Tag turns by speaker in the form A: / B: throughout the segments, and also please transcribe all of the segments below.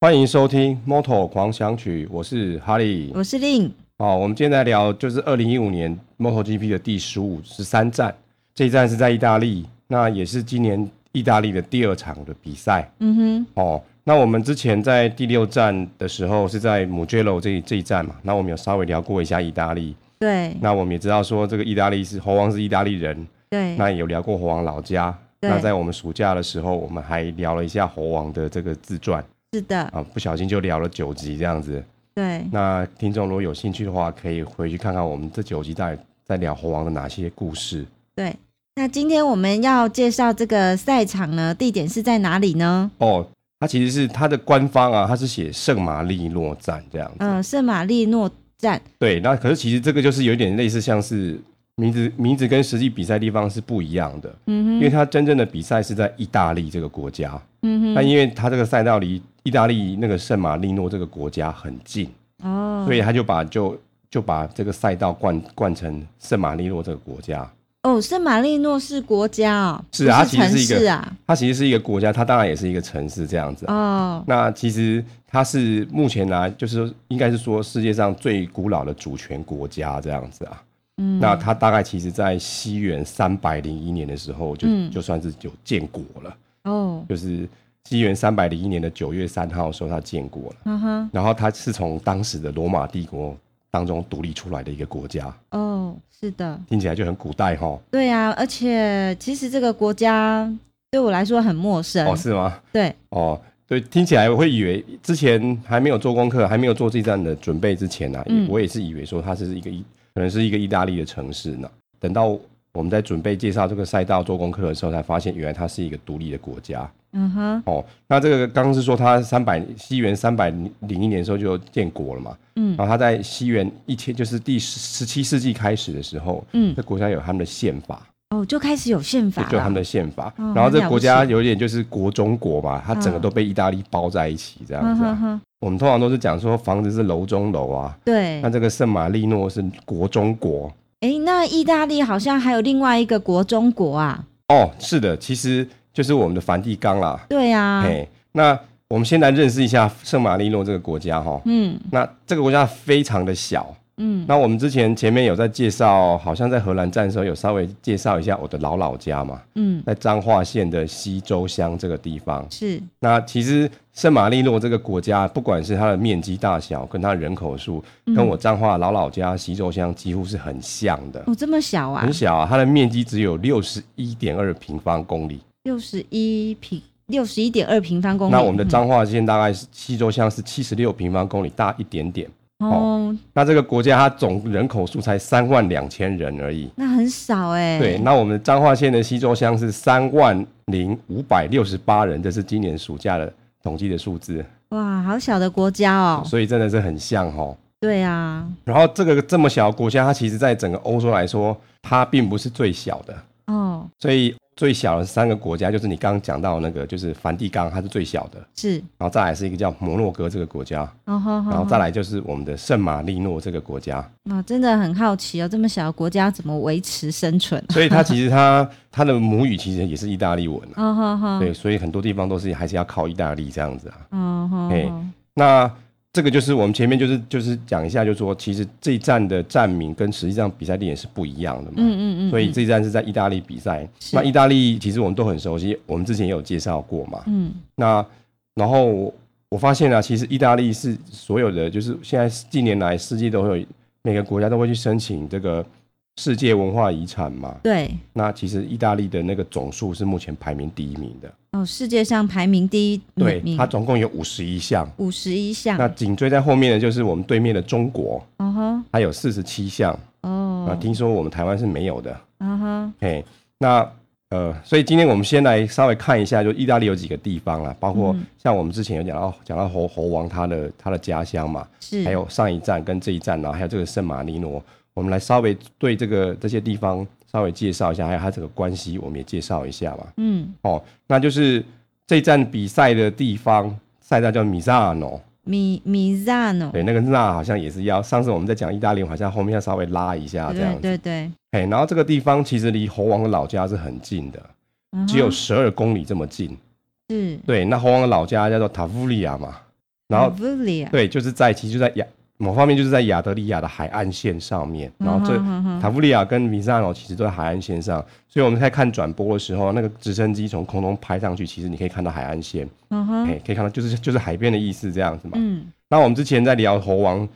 A: 欢迎收听《Moto 狂想曲》，我是哈利。
B: 我是令，
A: 好，我们今天来聊就是二零一五年 MotoGP 的第十五十三站，这一站是在意大利，那也是今年意大利的第二场的比赛
B: 嗯哼，
A: 哦。那我们之前在第六站的时候是在 Mugello 这这一站嘛，那我们有稍微聊过一下意大利，
B: 对
A: 那我们也知道说这个意大利是猴王是意大利人，
B: 对
A: 那也有聊过猴王老家。
B: 嗯对
A: 那在我们暑假的时候，我们还聊了一下猴王的这个自传
B: 是的，
A: 啊，不小心就聊了九集这样子。
B: 对
A: 那听众如果有兴趣的话，可以回去看看我们这九集在在聊猴王的哪些故事。
B: 对。那今天我们要介绍这个赛场呢，地点是在哪里呢？
A: 哦，它其实是它的官方啊，它是写圣玛丽诺站这样子。
B: 嗯、圣马力诺站。
A: 对，那可是其实这个就是有点类似像是名字名字跟实际比赛地方是不一样的，因
B: 嗯
A: 为
B: 哼，
A: 它真正的比赛是在意大利这个国家。
B: 嗯
A: 那因为它这个赛道离意大利那个圣马力诺这个国家很近，
B: 哼，哦，
A: 所以他就把就就把这个赛道冠冠成圣马力诺这个国家。
B: 哦，圣马力诺是国家哦，
A: 是啊
B: 不是城
A: 它其实是一个
B: 市啊，
A: 它其实是一个国家，它当然也是一个城市这样子啊、
B: 哦，
A: 那其实它是目前呢、就是应该是说世界上最古老的主权国家这样子啊。
B: 嗯，
A: 那它大概其实在西元三百零一年的时候就，就、
B: 嗯
A: 算是有建国了，
B: 哦，
A: 就是西元三百零一年的九月三号的时候，它建国了。
B: 嗯哼，
A: 然后它是从当时的罗马帝国当中独立出来的一个国家，
B: 哦，是的，
A: 听起来就很古代哈。
B: 对啊，而且其实这个国家对我来说很陌生，
A: 哦，是吗？
B: 对，
A: 哦，对，听起来我会以为之前还没有做功课，还没有做这一站的准备之前呢、啊，
B: 嗯
A: 我也是以为说它是一个意，可能是一个意大利的城市呢。等到我们在准备介绍这个赛道做功课的时候，才发现原来它是一个独立的国家。
B: 嗯哼，
A: 哦，那这个刚刚是说它三百西元三百零一年的时候就建国了嘛，
B: 嗯
A: 然后它在西元一千就是第十七世纪开始的时候，
B: 嗯
A: 这，国家有他们的宪法，
B: 哦，就开始有宪
A: 就
B: 法
A: 就有他们
B: 了，
A: 的宪法，
B: 哦
A: 然后这
B: 很了不
A: 国家
B: 起
A: 有点就是国中国嘛，它整个
B: 嗯
A: 都被意大利包在一起这样
B: 嗯
A: 子、啊。
B: 哼哼，
A: 我们通常都是讲说房子是楼中楼啊，
B: 对
A: 那，这个圣马力诺是国中国
B: 诶，那意大利好像还有另外一个国中国啊？
A: 哦，是的，其实就是我们的梵蒂冈啦。
B: 对啊，
A: 哎、那我们先来认识一下圣马力诺这个国家哈、
B: 嗯
A: 那这个国家非常的小，
B: 嗯，
A: 那我们之前前面有在介绍，好像在荷兰站的时候有稍微介绍一下我的老老家嘛，
B: 嗯，
A: 在彰化县的西周乡这个地方。
B: 是，
A: 那其实圣马力诺这个国家，不管是它的面积大小，跟它的人口数，
B: 嗯
A: 跟我彰化老老家西周乡几乎是很像的，
B: 哦，这么小啊
A: 很，小啊，它的面积只有六十一点二平方公里。
B: 六十一平，六十一点二平方公里。
A: 那我们的
B: 嗯
A: 彰化县大概是西周乡是七十六平方公里，大一点点。
B: 哦，
A: 那这个国家它总人口数才三万两千人而已。
B: 那很少哎。
A: 对，，那我们彰化县的西周乡是三万零五百六十八人，这是今年暑假的统计的数字，
B: 哇，好小的国家哦。
A: 所以真的是很像哦。
B: 对啊，
A: 然后这个这么小的国家，它其实在整个欧洲来说，它并不是最小的。
B: 哦，
A: 所以最小的三个国家，就是你刚刚讲到那个，就是梵蒂冈，它是最小的。
B: 是，
A: 然后再来是一个叫摩洛哥这个国家，
B: 哦吼吼
A: 然后再
B: 吼，
A: 来就是我们的圣马力诺这个国家。
B: 那真的很好奇哦，这么小的国家怎么维持生存？
A: 所以它其实它它的母语其实也是意大利文啊。
B: 哦吼吼，
A: 对，所以很多地方都是还是要靠意大利这样子啊。
B: 哦吼
A: 嘿
B: 吼，
A: 那这个就是我们前面就是就是讲一下，就是说其实这一站的站名跟实际上比赛地点是不一样的嘛。
B: 嗯嗯嗯，
A: 所以
B: 嗯
A: 这一站是在意大利比赛。
B: 是
A: 那意大利其实我们都很熟悉，我们之前也有介绍过嘛。
B: 嗯
A: 那然后我我发现啊，其实意大利是所有的，就是现在近年来世界都会有每个国家都会去申请这个世界文化遗产嘛。
B: 对。
A: 那其实意大利的那个总数是目前排名第一名的，
B: 哦，世界上排名嗯第一
A: 对，
B: 名嗯
A: 它总共有五十一项。
B: 五十一项，
A: 那紧追在后面的就是我们对面的中国，
B: 哦吼，
A: 它有四十七项啊，
B: 哦，
A: 听说我们台湾是没有的。
B: 嗯哼，
A: 嘿，那呃，所以今天我们先来稍微看一下，就意大利有几个地方啦，包括
B: 嗯
A: 像我们之前有讲到讲到猴猴王他的他的家乡嘛，
B: 是，
A: 还有上一站跟这一站，啊然后还有这个圣马力诺，我们来稍微对这个这些地方稍微介绍一下，还有它这个关系我们也介绍一下嘛。
B: 嗯，
A: 哦，那就是这一站比赛的地方，赛道叫米萨诺，
B: 米米萨诺，
A: 对，那个那好像也是要上次我们在讲意大利，好像后面要稍微拉一下这样
B: 对
A: 子。
B: 对对，
A: 哎，然后这个地方其实离猴王的老家是很近的，
B: 嗯哼
A: 只有十二公里这么近。
B: 是
A: 对，那猴王的老家叫做塔夫利亚嘛，然后
B: v i a
A: 对，就是在其实就在亚某方面就是在亚得里亚的海岸线上面，然后
B: 嗯
A: 这塔夫利亚跟米萨诺其实都在海岸线上，所以我们在看转播的时候，那个直升机从空中拍上去，其实你可以看到海岸线，
B: 嗯
A: 哎、
B: 哼，
A: 可以看到就是就是海边的意思这样子嘛。
B: 嗯
A: 那我们之前在聊猴王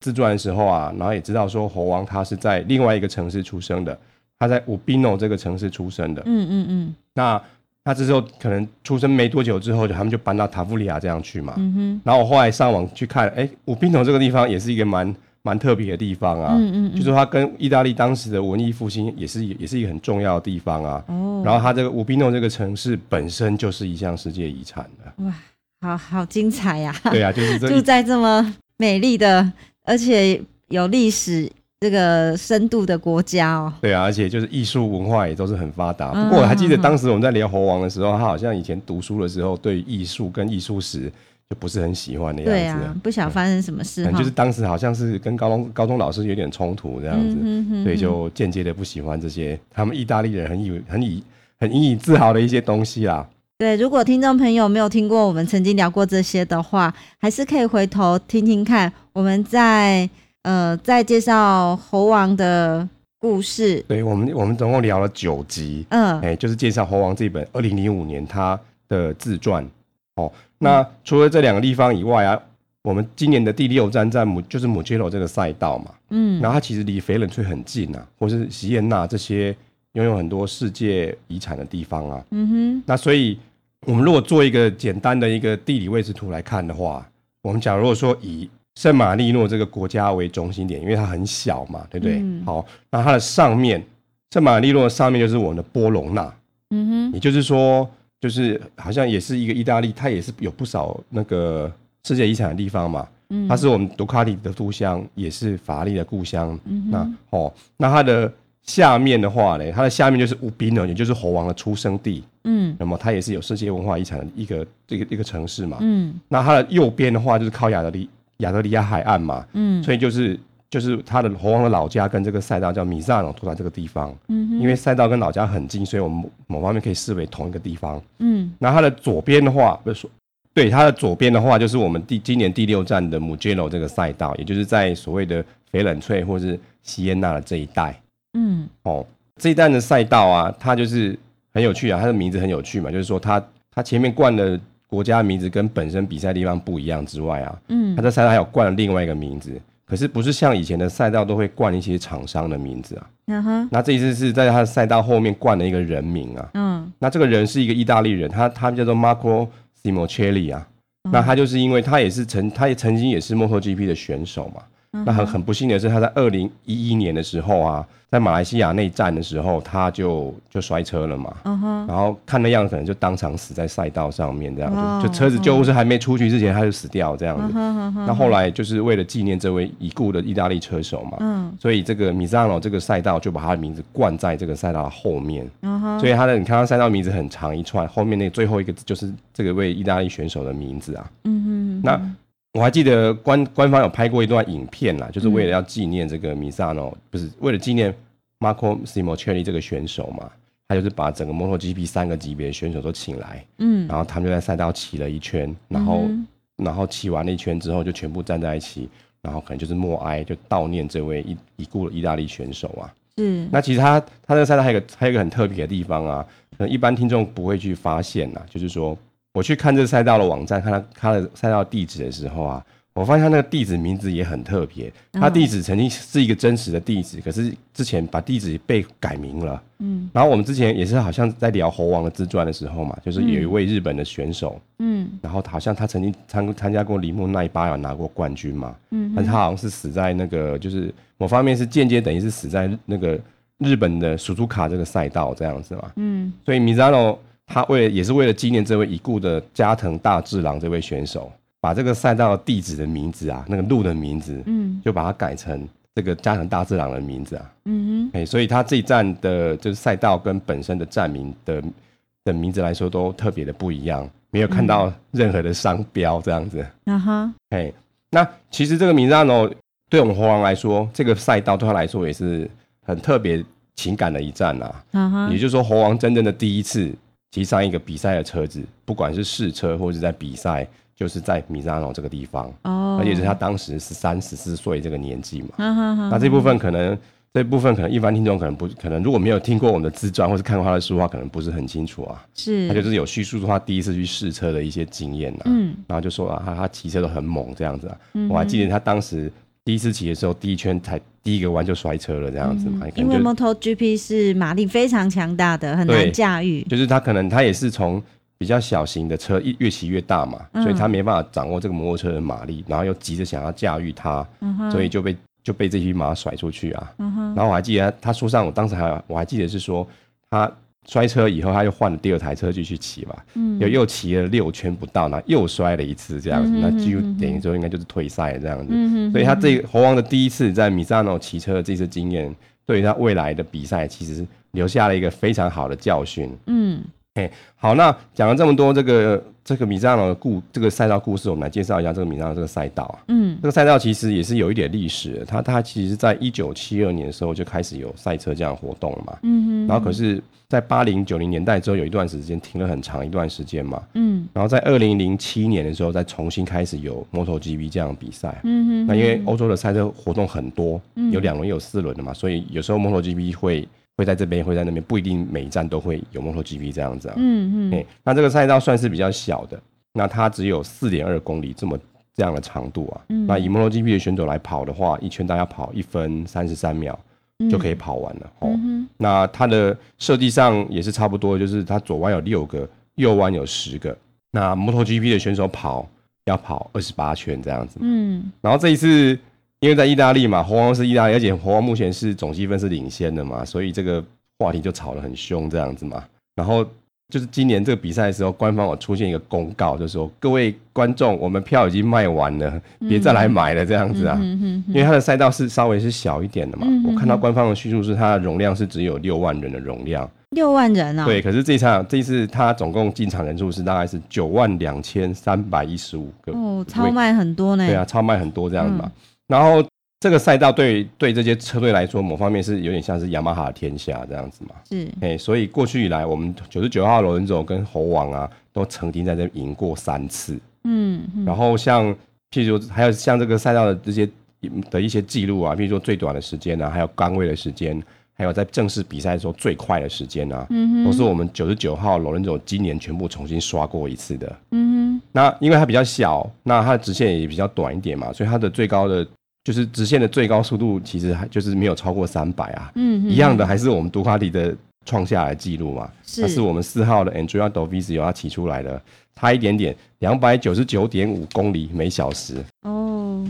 A: 自传的时候啊，然后也知道说猴王他是在另外一个城市出生的，他在乌比诺这个城市出生的。
B: 嗯嗯嗯
A: 那他这时候可能出生没多久之后，就他们就搬到塔夫利亚这样去嘛。
B: 嗯哼，
A: 然后我后来上网去看，哎，乌比诺这个地方也是一个蛮蛮特别的地方啊，
B: 嗯嗯嗯
A: 就说它跟意大利当时的文艺复兴也是也是一个很重要的地方啊。
B: 哦，
A: 然后它这个乌比诺这个城市本身就是一项世界遗产 的，
B: 哇，好好精彩呀、
A: 对啊，就是这
B: 住
A: 一
B: 在这么美丽的，而且有历史这个深度的国家哦。
A: 对啊，而且就是艺术文化也都是很发达。
B: 嗯
A: 不过我还记得
B: 嗯嗯
A: 当时我们在聊猴王的时候，他好像以前读书的时候，对于艺术跟艺术史就不是很喜欢的样子。
B: 对啊，不晓得发生什么
A: 可
B: 事
A: 能
B: 哈。
A: 就是当时好像是跟高中高中老师有点冲突这样子，
B: 嗯哼哼
A: 所以
B: 哼
A: 就间接的不喜欢这些他们意大利人很以很以很引以自豪的一些东西啦。
B: 对，如果听众朋友没有听过我们曾经聊过这些的话，还是可以回头听听看。我们在呃在介绍猴王的故事，
A: 对我们我们总共聊了九集，
B: 嗯、
A: 哎、就是介绍猴王这本二零零五年他的自传。哦，
B: 嗯
A: 那除了这两个地方以外啊，我们今年的第六站在母就是母切罗这个赛道嘛，
B: 嗯，
A: 然后它其实离翡冷翠很近啊，或是席耶纳这些拥有很多世界遗产的地方啊。
B: 嗯
A: 那所以，我们如果做一个简单的一个地理位置图来看的话，我们假如说以圣马力诺这个国家为中心点，因为它很小嘛，对不对？
B: 嗯
A: 好，那它的上面，圣马力诺的上面就是我们的波隆纳，
B: 哼，嗯哼，
A: 也就是说，就是好像也是一个意大利，它也是有不少那个世界遗产的地方嘛。
B: 嗯，
A: 它是我们杜卡迪的故乡，也是法拉利的故乡。
B: 嗯
A: 那
B: 哼，
A: 哦，那它的下面的话呢，它的下面就是乌比诺，也就是猴王的出生地。
B: 嗯
A: 那么它也是有世界文化遗产的一个这个一个城市嘛。
B: 嗯
A: 那它的右边的话就是靠亚得里亚得里亚海岸嘛，
B: 嗯，
A: 所以就是就是它的猴王的老家跟这个赛道叫米萨朗都在这个地方，
B: 嗯哼，
A: 因为赛道跟老家很近，所以我们某某方面可以视为同一个地方。
B: 嗯
A: 那它的左边的话，不是说对它的左边的话，就是我们第今年第六站的 Mugello 这个赛道，也就是在所谓的翡冷翠或是锡耶纳的这一带。
B: 嗯
A: 哦，这一段的赛道啊，它就是很有趣啊，它的名字很有趣嘛，就是说它它前面冠的国家名字跟本身比赛地方不一样之外啊，它
B: 嗯
A: 在赛道还有冠了另外一个名字，可是不是像以前的赛道都会冠一些厂商的名字啊，
B: 嗯哼，
A: 那这一次是在它的赛道后面冠了一个人名啊，
B: 嗯
A: 那这个人是一个意大利人，他他叫做 Marco Simocelli 啊，
B: 嗯
A: 那他就是因为他也是曾他也曾经也是 MotoGP 的选手嘛，
B: 嗯
A: 那很很不幸的是，他在二零一一年的时候啊，在马来西亚内战的时候，他就就摔车了嘛。
B: 嗯哼，
A: 然后看那样子，可能就当场死在赛道上面，这样
B: 哇
A: 就就车子救护车还没出去之前，他就死掉这样
B: 嗯
A: 子。
B: 哼，
A: 那后来就是为了纪念这位已故的意大利车手嘛，
B: 嗯
A: 所以这个米扎诺这个赛道就把他的名字冠在这个赛道的后面。
B: 嗯哼，
A: 所以他的你看他赛道名字很长一串，后面那个最后一个字就是这个位意大利选手的名字啊。
B: 嗯哼，
A: 那我还记得官官方有拍过一段影片
B: 嗯
A: 啦，就是为了要纪念这个米萨诺，不是为了纪念 Marco Simocelli 这个选手嘛，他就是把整个 MotoGP 三个级别的选手都请来，
B: 嗯
A: 然后他们就在赛道骑了一圈，然后、然后骑完了一圈之后就全部站在一起，然后可能就是默哀，就悼念这位已已故的意大利选手啊。
B: 是
A: 那其实它它这个赛道还有一个还有一个很特别的地方啊，可能一般听众不会去发现呐、就是说我去看这个赛道的网站，看它它的赛道地址的时候啊，我发现它那个地址名字也很特别，它地址曾经是一个真实的地址，可是之前把地址被改名了。
B: 嗯
A: 然后我们之前也是好像在聊猴王的自传的时候嘛，就是有一位日本的选手，
B: 嗯
A: 然后好像他曾经参参加过铃木奈巴有拿过冠军嘛，
B: 嗯
A: 但是他好像是死在那个，就是某方面是间接等于是死在那个日本的蜀珠卡这个赛道这样子嘛。
B: 嗯
A: 所以米扎诺他为了也是为了纪念这位已故的加藤大治郎这位选手，把这个赛道的地址的名字啊，那个路的名字，
B: 嗯
A: 就把它改成这个加藤大治郎的名字啊。
B: 嗯
A: 哎、所以他这一站的就是赛道跟本身的站名的的名字来说都特别的不一样，没有看到任何的商标这样子。
B: 哼，啊哈，
A: 哎，那其实这个米扎诺对我们猴王来说，这个赛道对他来说也是很特别情感的一站啦、
B: 啊哈，
A: 也就是说，猴王真正的第一次骑上一个比赛的车子，不管是试车或是在比赛，就是在米扎诺这个地方，
B: 哦，
A: 而且是他当时十三、十四岁这个年纪嘛。
B: 哈哈哈，
A: 那这部分可能，这部分可能一般听众可能不可能，如果没有听过我们的自传或是看过他的书的话，可能不是很清楚啊。
B: 是
A: 他就是有叙述出他第一次去试车的一些经验呐、啊，
B: 嗯
A: 然后就说啊，他他骑车都很猛这样子啊。我还记得他当时第一次骑的时候，第一圈才第一个弯就摔车了这样子嘛，可
B: 因
A: 能
B: 为
A: 就
B: MotoGP 是马力非常强大的，很难
A: 对
B: 驾驭。
A: 就是他可能他也是从比较小型的车一越骑越大嘛，所以他没办法掌握这个摩托车的马力，然后又急着想要驾驭它，所以就被就被这匹马甩出去啊。然后我还记得他他书上我当时还我还记得是说他。摔车以后，他又换了第二台车继续骑嘛，又又骑了六圈不到，然后又摔了一次这样子，那几乎等于说应该就是退赛了这样子。所以他这个猴王的第一次在米扎诺骑车的这次经验，对于他未来的比赛其实留下了一个非常好的教训。
B: 嗯，
A: 好，那讲了这么多这个这个米扎朗的故这个赛道故事，我们来介绍一下这个米扎朗这个赛道啊。
B: 嗯，
A: 这个赛道其实也是有一点历史的，它它其实在一九七二年的时候就开始有赛车这样的活动了嘛。嗯然后可是，在八零九零年代之后有一段时间停了很长一段时间嘛。
B: 嗯。
A: 然后在二零零七年的时候再重新开始有 MotoGP 这样的比赛。嗯那因为欧洲的赛车活动很多，有两轮有四轮的嘛，所以有时候 MotoGP 会会在这边会在那边，不一定每一站都会有 MotoGP 这样子啊。
B: 嗯嗯
A: 欸那这个赛道算是比较小的，那它只有四点二公里这么这样的长度啊。那以 MotoGP 的选手来跑的话，一圈大概跑一分三十三秒就可以跑完了。哦，那它的设计上也是差不多，就是它左弯有六个，右弯有十个。那 MotoGP 的选手跑要跑二十八圈这样子。
B: 嗯
A: 然后这一次因为在意大利嘛，猴王是意大利，而且猴王目前是总积分是领先的嘛，所以这个话题就吵得很凶这样子嘛。然后就是今年这个比赛的时候，官方有出现一个公告，就说各位观众，我们票已经卖完了，别再来买了这样子啊。
B: 嗯嗯
A: 因为它的赛道是稍微是小一点的嘛，我看到官方的叙述是它的容量是只有六万人的容量，
B: 六万人啊、
A: 对。可是这一场这一次它总共进场人数是大概是九万两千三百一十五个
B: 哦，超卖很多呢。
A: 对啊，，超卖很多这样子嘛。然后这个赛道对对这些车队来说，某方面是有点像是雅马哈的天下这样子嘛。
B: 是，
A: 哎、所以过去以来，我们九十九号罗恩佐跟猴王啊，都曾经在这赢过三次。
B: 嗯嗯
A: 然后像譬如还有像这个赛道的这些的一些记录啊，譬如说最短的时间啊，还有杆位的时间，还有在正式比赛的时候最快的时间啊，嗯、都是我们九十九号罗伦佐今年全部重新刷过一次的。
B: 嗯
A: 那因为它比较小，那它的直线也比较短一点嘛，所以它的最高的就是直线的最高速度其实还就是没有超过三百啊，
B: 嗯
A: 一样的还是我们杜卡迪的创下来记录嘛，
B: 是
A: 那是我们四号的 Andrea Dovizio 他骑出来的，差一点点，两百九十九点五公里每小时。
B: 哦，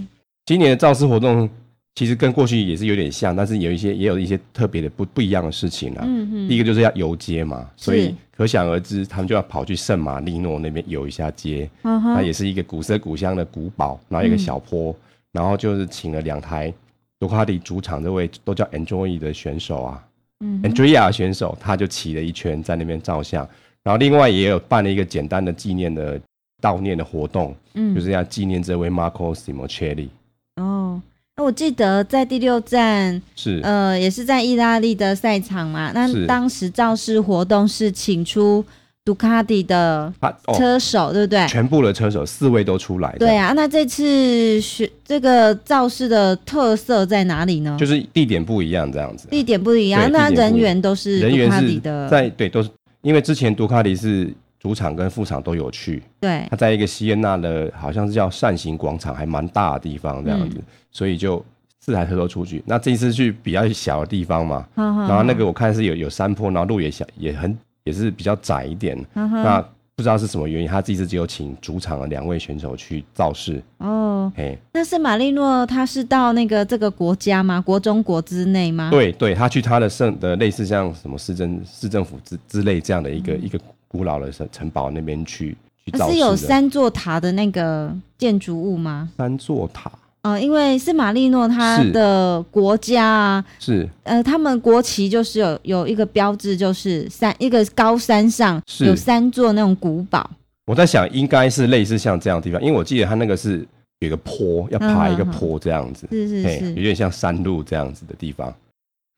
A: 今年的造势活动其实跟过去也是有点像，但是有一些也有一些特别的不不一样的事情啊。
B: 嗯嗯
A: 第一个就是要游街嘛，所以
B: 是
A: 可想而知，他们就要跑去圣马力诺那边游一下街。
B: 嗯
A: 它
B: 哼，
A: 也是一个古色古香的古堡，然后
B: 嗯
A: 有一个小坡，然后就是请了两台杜卡迪主场这位都叫 Enjoy 的选手啊、
B: 嗯
A: e n j o y 的选手，他就骑了一圈在那边照相，然后另外也有办了一个简单的纪念的悼念的活动，
B: 嗯
A: 就是要纪念这位 Marco Simocelli，
B: 哦，那我记得在第六站，
A: 是、
B: 呃，也是在意大利的赛场嘛。那
A: 是
B: 当时造势活动是请出杜卡迪的
A: 他哦，
B: 车手，对不对？
A: 全部的车手四位都出来的，
B: 对啊，那这次选这个造势的特色在哪里呢？
A: 就是地点不一样这样子，
B: 地点不一样，
A: 对
B: 那
A: 地点
B: 人
A: 不一样
B: 员都是
A: 人
B: 杜
A: 员
B: 卡迪
A: 是
B: 的，
A: 在对都是因为之前杜卡迪是主场跟副场都有去，
B: 对，
A: 他在一个西恩纳的，好像是叫扇形广场，还蛮大的地方这
B: 嗯
A: 样子，所以就四台车都出去。那这一次去比较小的地方嘛，
B: 哈哈
A: 然后那个我看是有有山坡，然后路也小，也很也是比较窄一点。
B: 哈哈
A: 那不知道是什么原因，他这一次只有请主场的两位选手去造势，
B: 哦，
A: 嘿，
B: 那是马利诺，他是到那个这个国家吗？国中国之内吗？，
A: 对对，他去他的圣的类似像什么市政市政府之之类这样的一个、一个古老的城城堡那边去去造势
B: 嗯是
A: 的
B: 有三座塔的那个建筑物吗？
A: 三座塔
B: 呃，因为是马利诺他
A: 是
B: 的国家啊，
A: 是
B: 呃，他们国旗就是有有一个标志，就是山一个高山上
A: 是
B: 有三座那种古堡，
A: 我在想，应该是类似像这样的地方，因为我记得它那个是有一个坡，要爬一个坡这样子，
B: 嗯是是
A: 嘿
B: 是
A: 有。点像山路这样子的地方。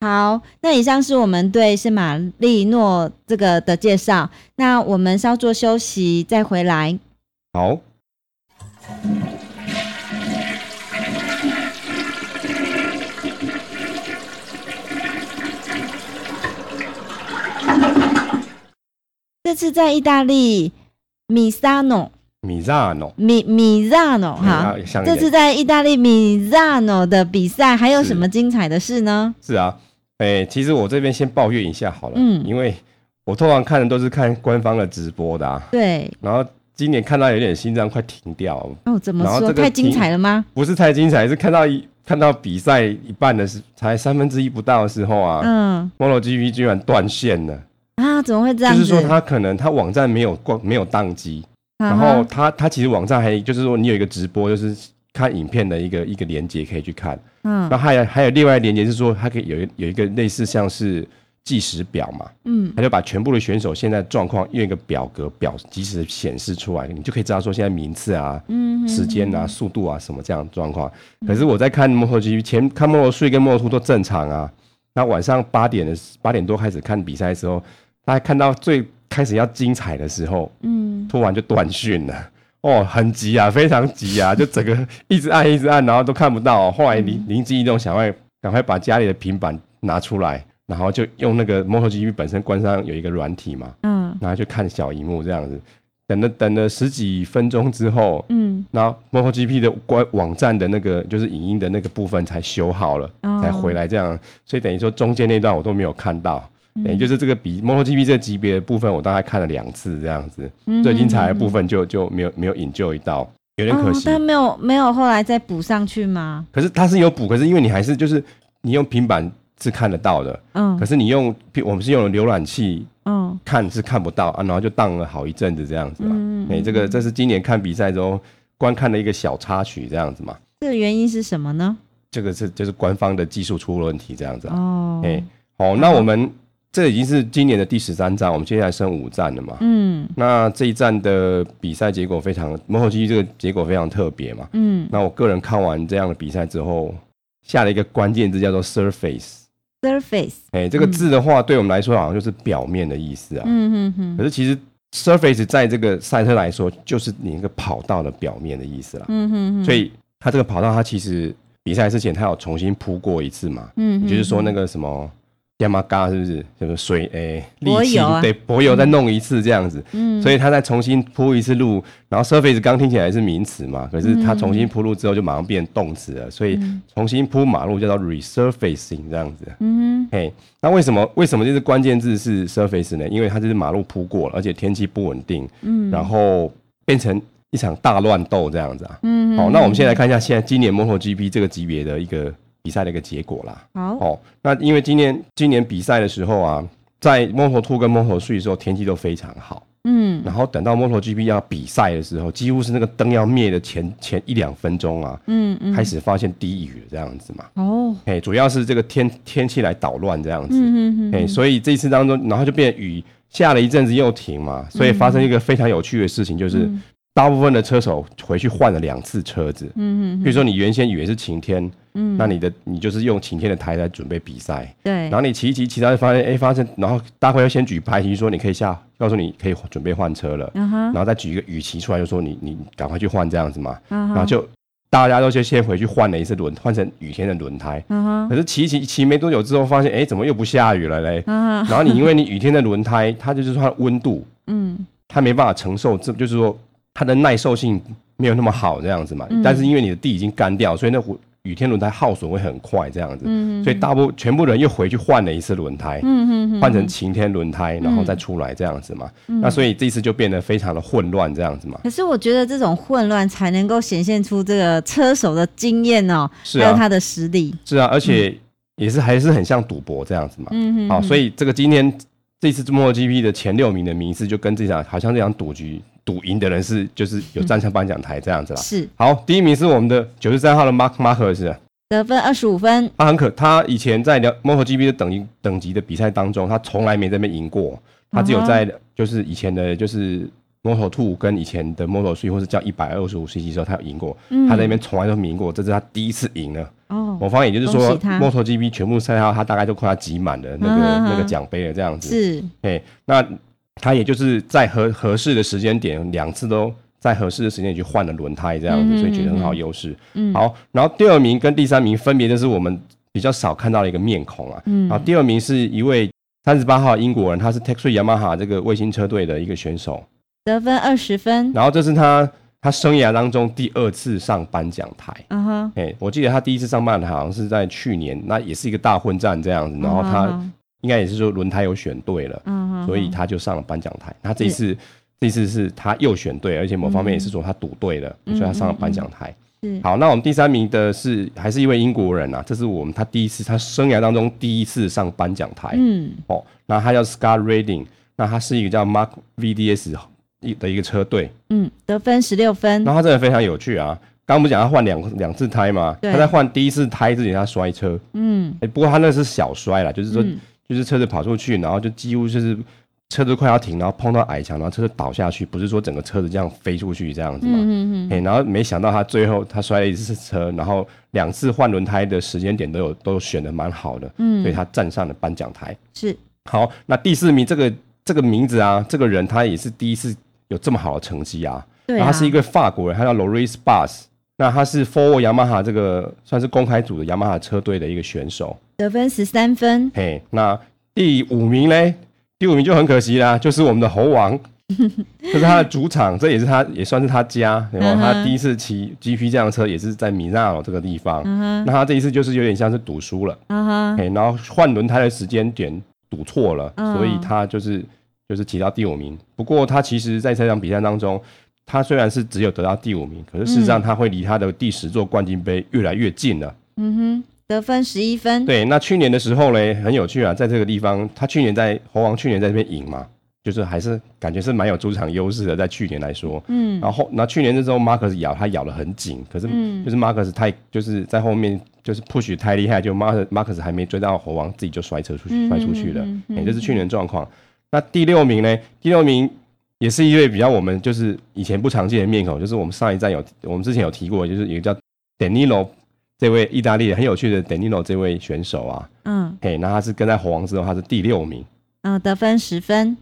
B: 好，那以上是我们对圣马力诺这个的介绍。那我们稍作休息再回来。
A: 好，
B: 这次在意大利米萨诺
A: 米萨诺，
B: 米米萨诺哈，
A: 啊，像一
B: 这
A: 点
B: 次在意大利米萨诺的比赛还有什么精彩的事呢？
A: 是啊，哎，其实我这边先抱怨一下好了，
B: 嗯
A: 因为我通常看的都是看官方的直播的啊，
B: 对，
A: 然后今年看到有点心脏快停掉，
B: 哦，怎么
A: 然后
B: 说？
A: 这个
B: 太精
A: 挺
B: 彩了吗？
A: 不是太精彩，是看到一看到比赛一半的时，才三分之一不到的时候啊。
B: 嗯
A: MotoGP 居然断线了，
B: 啊，怎么会这
A: 就
B: 样子？
A: 是说它可能它网站没有逛没有宕机，
B: 啊
A: 然
B: 哈
A: 后它它其实网站还就是说你有一个直播，就是看影片的一个一个连接可以去看，
B: 嗯
A: 然后还有还有另外连接是说它可以有一有一个类似像是计时表嘛，
B: 嗯
A: 他就把全部的选手现在状况用一个表格表及时显示出来，你就可以知道说现在名次啊、
B: 嗯
A: 时间啊、速度啊什么这样的状况。可是我在看 MotoGP 前看 Moto 睡跟 Moto 都正常啊，那晚上八点的八点多开始看比赛的时候，大家看到最开始要精彩的时候，
B: 嗯
A: 突然就断讯了。哦，很急啊，非常急啊，就 整个一直按一直按，然后都看不到、哦后来灵灵机一动，想快赶快把家里的平板拿出来，然后就用那个 MotoGP 本身关上有一个软体嘛，
B: 嗯
A: 然后就看小荧幕这样子。等了等了十几分钟之后，
B: 嗯
A: 然后 MotoGP 的官网站的那个就是影音的那个部分才修好了，
B: 哦
A: 才回来这样，所以等于说中间那段我都没有看到，
B: 嗯
A: 等于就是这个比 MotoGP 这个级别的部分，我大概看了两次这样子，
B: 嗯
A: 最精彩的部分就就没有没有引咎一到，有点可
B: 哦，
A: 惜。
B: 但没有没有后来再补上去吗？
A: 可是它是有补，可是因为你还是就是你用平板是看得到的，
B: 嗯
A: 可是你用我们是用浏览器
B: 嗯
A: 看是看不到啊，然后就荡了好一阵子这样子嘛。
B: 嗯
A: 哎、这个这是今年看比赛中观看的一个小插曲这样子嘛。
B: 这个原因是什么呢？
A: 这个是就是官方的技术出了问题这样子啊。
B: 哦，
A: 哎、好、那我们这已经是今年的第十三站，我们接下来剩五站了嘛。
B: 嗯
A: 那这一站的比赛结果非常，摩后机这个结果非常特别嘛。
B: 嗯
A: 那我个人看完这样的比赛之后，下了一个关键字叫做 surface。
B: ，surface，
A: 哎、这个
B: 嗯
A: 字的话，对我们来说好像就是表面的意思啊。
B: 嗯嗯嗯
A: 可是其实 surface 在这个赛车来说，就是你一个跑道的表面的意思啦。
B: 嗯嗯，
A: 所以它这个跑道，它其实比赛之前它有重新铺过一次嘛，
B: 嗯，
A: 也就是说那
B: 个
A: 个什么 Yamaga 是不是？什么水诶、
B: 柏
A: 沥青、
B: 油啊
A: 对柏油再弄一次这样子，
B: 嗯
A: 所以它再重新铺一次路。然后 surface 刚听起来是名词嘛，可是它重新铺路之后就马上变动词了，所以重新铺马路叫做 resurfacing 这样子。
B: 嗯
A: 嘿，那为什么为什么这是关键字是 surface 呢？因为它就是马路铺过了，而且天气不稳定，
B: 嗯
A: 然后变成一场大乱斗这样子啊。
B: 嗯
A: 好、那我们现在看一下现在今年 MotoGP 这个级别的一个比赛的一个结果啦。
B: 好
A: 哦，那因为今年今年比赛的时候啊，在 Moto Two 跟 Moto Three 的时候天气都非常好，
B: 嗯
A: 然后等到 MotoGP 要比赛的时候，几乎是那个灯要灭的前前一两分钟啊，
B: 嗯嗯
A: 开始发现低雨了这样子嘛。
B: 哦
A: 哎，主要是这个天天气来捣乱这样子。
B: 嗯嗯
A: 哎、所以这一次当中，然后就变成雨下了一阵子又停嘛，所以发生一个非常有趣的事情，就是
B: 嗯
A: 大部分的车手回去换了两次车子。
B: 嗯
A: 比
B: 嗯
A: 如说你原先以为是晴天，
B: 嗯
A: 那你的你就是用晴天的台来准备比赛，
B: 对
A: 然后你骑一骑，骑到就发现哎发现，然后大会要先举牌，提说你可以下，告诉你可以准备换车了，
B: 嗯
A: 然
B: 哈
A: 后再举一个雨旗出来，就说你你赶快去换这样子嘛，
B: 嗯
A: 然后就大家都先先回去换了一次轮，换成雨天的轮胎，
B: 嗯哈
A: 可是骑一骑骑没多久之后，发现哎怎么又不下雨了嘞？
B: 嗯哈
A: 然后你因为你雨天的轮胎，它就是说它的温度，
B: 嗯
A: 它没办法承受，这就是说它的耐受性没有那么好这样子嘛。
B: 嗯
A: 但是因为你的地已经干掉，所以那雨天轮胎耗损会很快这样子，
B: 嗯
A: 所以大部全部人又回去换了一次轮胎，
B: 嗯嗯
A: 换成晴天轮胎，然后再出来这样子嘛。那所以这次就变得非常的混乱这样子嘛。
B: 可是我觉得这种混乱才能够显现出这个车手的经验哦，
A: 是
B: 还有
A: 啊，
B: 他的实力。
A: 是啊，而且也是还是很像赌博这样子嘛。
B: 嗯
A: 好，所以这个今天这次墨 GP 的前六名的名次，就跟这场好像这场赌局赌赢的人是就是
B: 嗯
A: 有站上颁奖台这样子啦。
B: 是
A: 好，第一名是我们的九十三号的 Mark Marcus，
B: 得分二十五分，
A: 他很可，他以前在聊 MotoGP 的等级等级的比赛当中，他从来没在那边赢过，他只有
B: 嗯
A: 在就是以前的就是 Moto Two 跟以前的 Moto Three 或是叫一百二十五 CC 的时候，他有赢过，他在那边从来都没赢过，这是他第一次赢了。
B: 嗯哦，
A: 我方也就是
B: 恭
A: 说
B: 喜他
A: ，MotoGP 全部赛道他大概都快要挤满了那个、
B: 嗯嗯嗯
A: 那个奖杯了这样子。
B: 是
A: 哎，那他也就是在合合适的时间点，两次都在合适的时间也去换了轮胎这样子，
B: 嗯哼
A: 所以觉得很
B: 嗯
A: 好
B: 哼
A: 优势。
B: 嗯
A: 好，然后第二名跟第三名分别就是我们比较少看到的一个面孔啊。
B: 嗯
A: 啊，第二名是一位三十八号英国人，他是 Texas Yamaha 这个卫星车队的一个选手，
B: 得分二十分，
A: 然后这是他他生涯当中第二次上颁奖台。
B: 嗯哼，
A: 哎、我记得他第一次上颁奖台好像是在去年，那也是一个大混战这样子，然后他
B: 嗯
A: 应该也是说轮胎有选对了，
B: 哼，
A: 所以他就上了颁奖台。他这一次，这一次是他又选对，而且某方面也是说他赌对了，
B: 嗯
A: 所以他上了颁奖台。
B: 嗯嗯是
A: 好，那我们第三名的是还是一位英国人啊，这是我们他第一次，他生涯当中第一次上颁奖台、
B: 嗯
A: 哦。那他叫 Scott Reading，那他是一个叫 Mark VDS 一的一个车队，
B: 嗯，得分十六分
A: 那，他真的非常有趣啊。刚刚不是讲他换两两次胎嘛？
B: 对
A: 他在换第一次胎之前他摔车，
B: 嗯
A: 哎、不过他那是小摔啦，就是说
B: 嗯
A: 就是车子跑出去，然后就几乎就是车子快要停，然后碰到矮墙，然后车子倒下去，不是说整个车子这样飞出去这样子嘛？
B: 嗯嗯嗯
A: 哎、然后没想到他最后他摔了一次车，然后两次换轮胎的时间点都有都选的蛮好的，
B: 嗯，
A: 所以他站上了颁奖台。
B: 是
A: 好，那第四名这个这个名字啊，这个人他也是第一次有这么好的成绩啊。
B: 对
A: 然后
B: 啊，
A: 他是一个法国人，他叫 Loris Bas，那他是 Forward Yamaha 这个算是公开组的 Yamaha 车队的一个选手。
B: 得分十三分，
A: 嘿，那第五名嘞？第五名就很可惜啦，就是我们的猴 王，这是他的主场，这也是他也算是他家。然后
B: 嗯哼
A: 他第一次骑 GP 这辆车也是在米纳尔这个地方。
B: 嗯哼
A: 那他这一次就是有点像是赌输了，
B: 嗯哼，
A: 嘿，然后换轮胎的时间点赌错了，
B: 嗯
A: 所以他就是就是骑到第五名。不过他其实在这场比赛当中，他虽然是只有得到第五名，可是事实上他会离他的第十座冠军杯越来越近了。
B: 嗯哼，得分十一分，
A: 对，那去年的时候嘞，很有趣啊，在这个地方，他去年在猴王去年在这边赢嘛，就是还是感觉是蛮有主场优势的，在去年来说。
B: 嗯
A: 然后，那去年那时候马克斯咬他咬得很紧，可是
B: 嗯
A: 就是马克斯太就是在后面就是 push 太厉害，就马克马克斯还没追到猴王，自己就摔车出去
B: 嗯
A: 摔出去了
B: 嗯嗯。嗯
A: 哎，这是去年的状况。那第六名呢？第六名也是一位比较我们就是以前不常见的面孔，就是我们上一站有我们之前有提过，就是有一个叫 Danilo 这位意大利人很有趣的 Danilo 这位选手啊，
B: 嗯
A: 嘿，那他是跟在猴王之后，他是第六名。
B: 嗯，得分十分，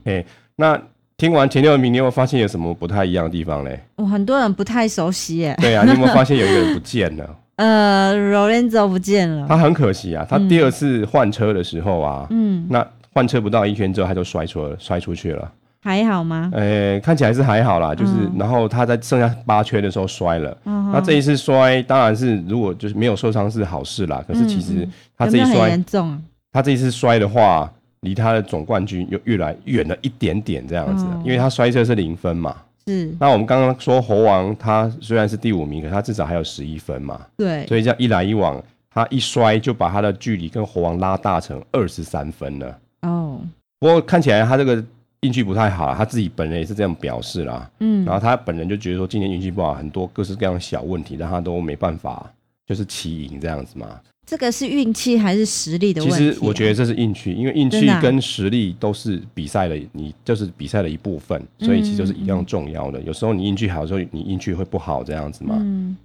A: 那听完前六名，你有没有发现有什么不太一样的地方 嘞？
B: 我很多人不太熟悉耶，
A: 对啊，你有没有发现有一个人不见 了？
B: 呃，Lorenzo 不见了，
A: 他很可惜啊，他第二次换车的时候啊，
B: 嗯，
A: 那换车不到一圈之后，他就摔出了，摔出去了。
B: 还好吗？
A: 呃，看起来是还好啦，就是、
B: 嗯
A: 然后他在剩下八圈的时候摔了。
B: 嗯
A: 那
B: 哼
A: 这一次摔，当然是如果就是没有受伤是好事啦。可是其
B: 嗯
A: 实
B: 嗯
A: 他
B: 有
A: 这
B: 没
A: 一
B: 有很
A: 摔，
B: 严重啊？
A: 他这一次摔的话，离他的总冠军又越来远了一点点这样子，
B: 哦
A: 因为他摔车是零分嘛。
B: 是，
A: 那我们刚刚说猴王他虽然是第五名，可他至少还有十一分嘛，
B: 对，
A: 所以这样一来一往，他一摔就把他的距离跟猴王拉大成二十三分了。
B: 哦，
A: 不过看起来他这个运气不太好，他自己本人也是这样表示啦。
B: 嗯
A: 然后他本人就觉得说今年运气不好，很多各式各样的小问题，但他都没办法就是骑赢这样子嘛。
B: 这个是运气还是实力的
A: 其
B: 问题啊？
A: 实我觉得这是运气，因为运
B: 真
A: 气
B: 的啊
A: 跟实力都是比赛的，你就是比赛的一部分，
B: 嗯
A: 所以其实都是一样重要的。有时候你运气好，有时候你运气会不好这样子嘛。
B: 嗯，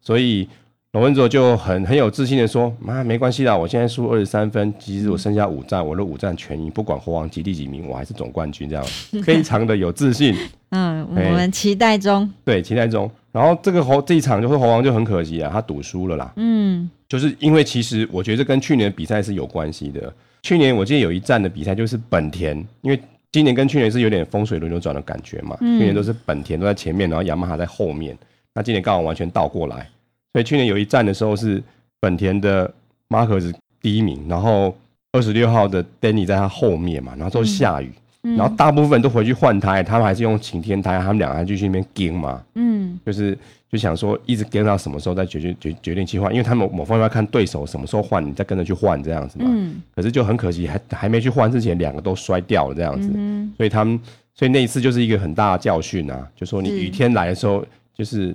A: 所以罗文卓就很很有自信的说：“妈，没关系啦，我现在输二十三分，其实我剩下五战，我的五战全赢，不管猴王及第几名，我还是总冠军， 这样非常的有自信。
B: 嗯，我
A: 哎
B: 们期待中，
A: 对，期待中。然后这个猴这一场就是猴王就很可惜啊，他赌输了啦。
B: 嗯
A: 就是因为其实我觉得这跟去年的比赛是有关系的。去年我记得有一站的比赛就是本田，因为今年跟去年是有点风水轮流转的感觉嘛。
B: 嗯
A: 去年都是本田都在前面，然后雅马哈在后面，那今年刚好完全倒过来。所以去年有一站的时候是本田的马可是第一名，然后二十六号的 Danny 在他后面嘛，然后都下雨，
B: 嗯，
A: 然后大部分都回去换胎，他们还是用晴天胎，他们两个还继续那边跟嘛。
B: 嗯
A: 就是就想说一直跟到什么时候再决定决决定去换，因为他们某方面要看对手什么时候换，你再跟着去换这样子嘛。
B: 嗯
A: 可是就很可惜，还还没去换之前，两个都摔掉了这样子，
B: 嗯
A: 所以他们所以那一次就是一个很大的教训啊，就说你
B: 是
A: 雨天来的时候，就是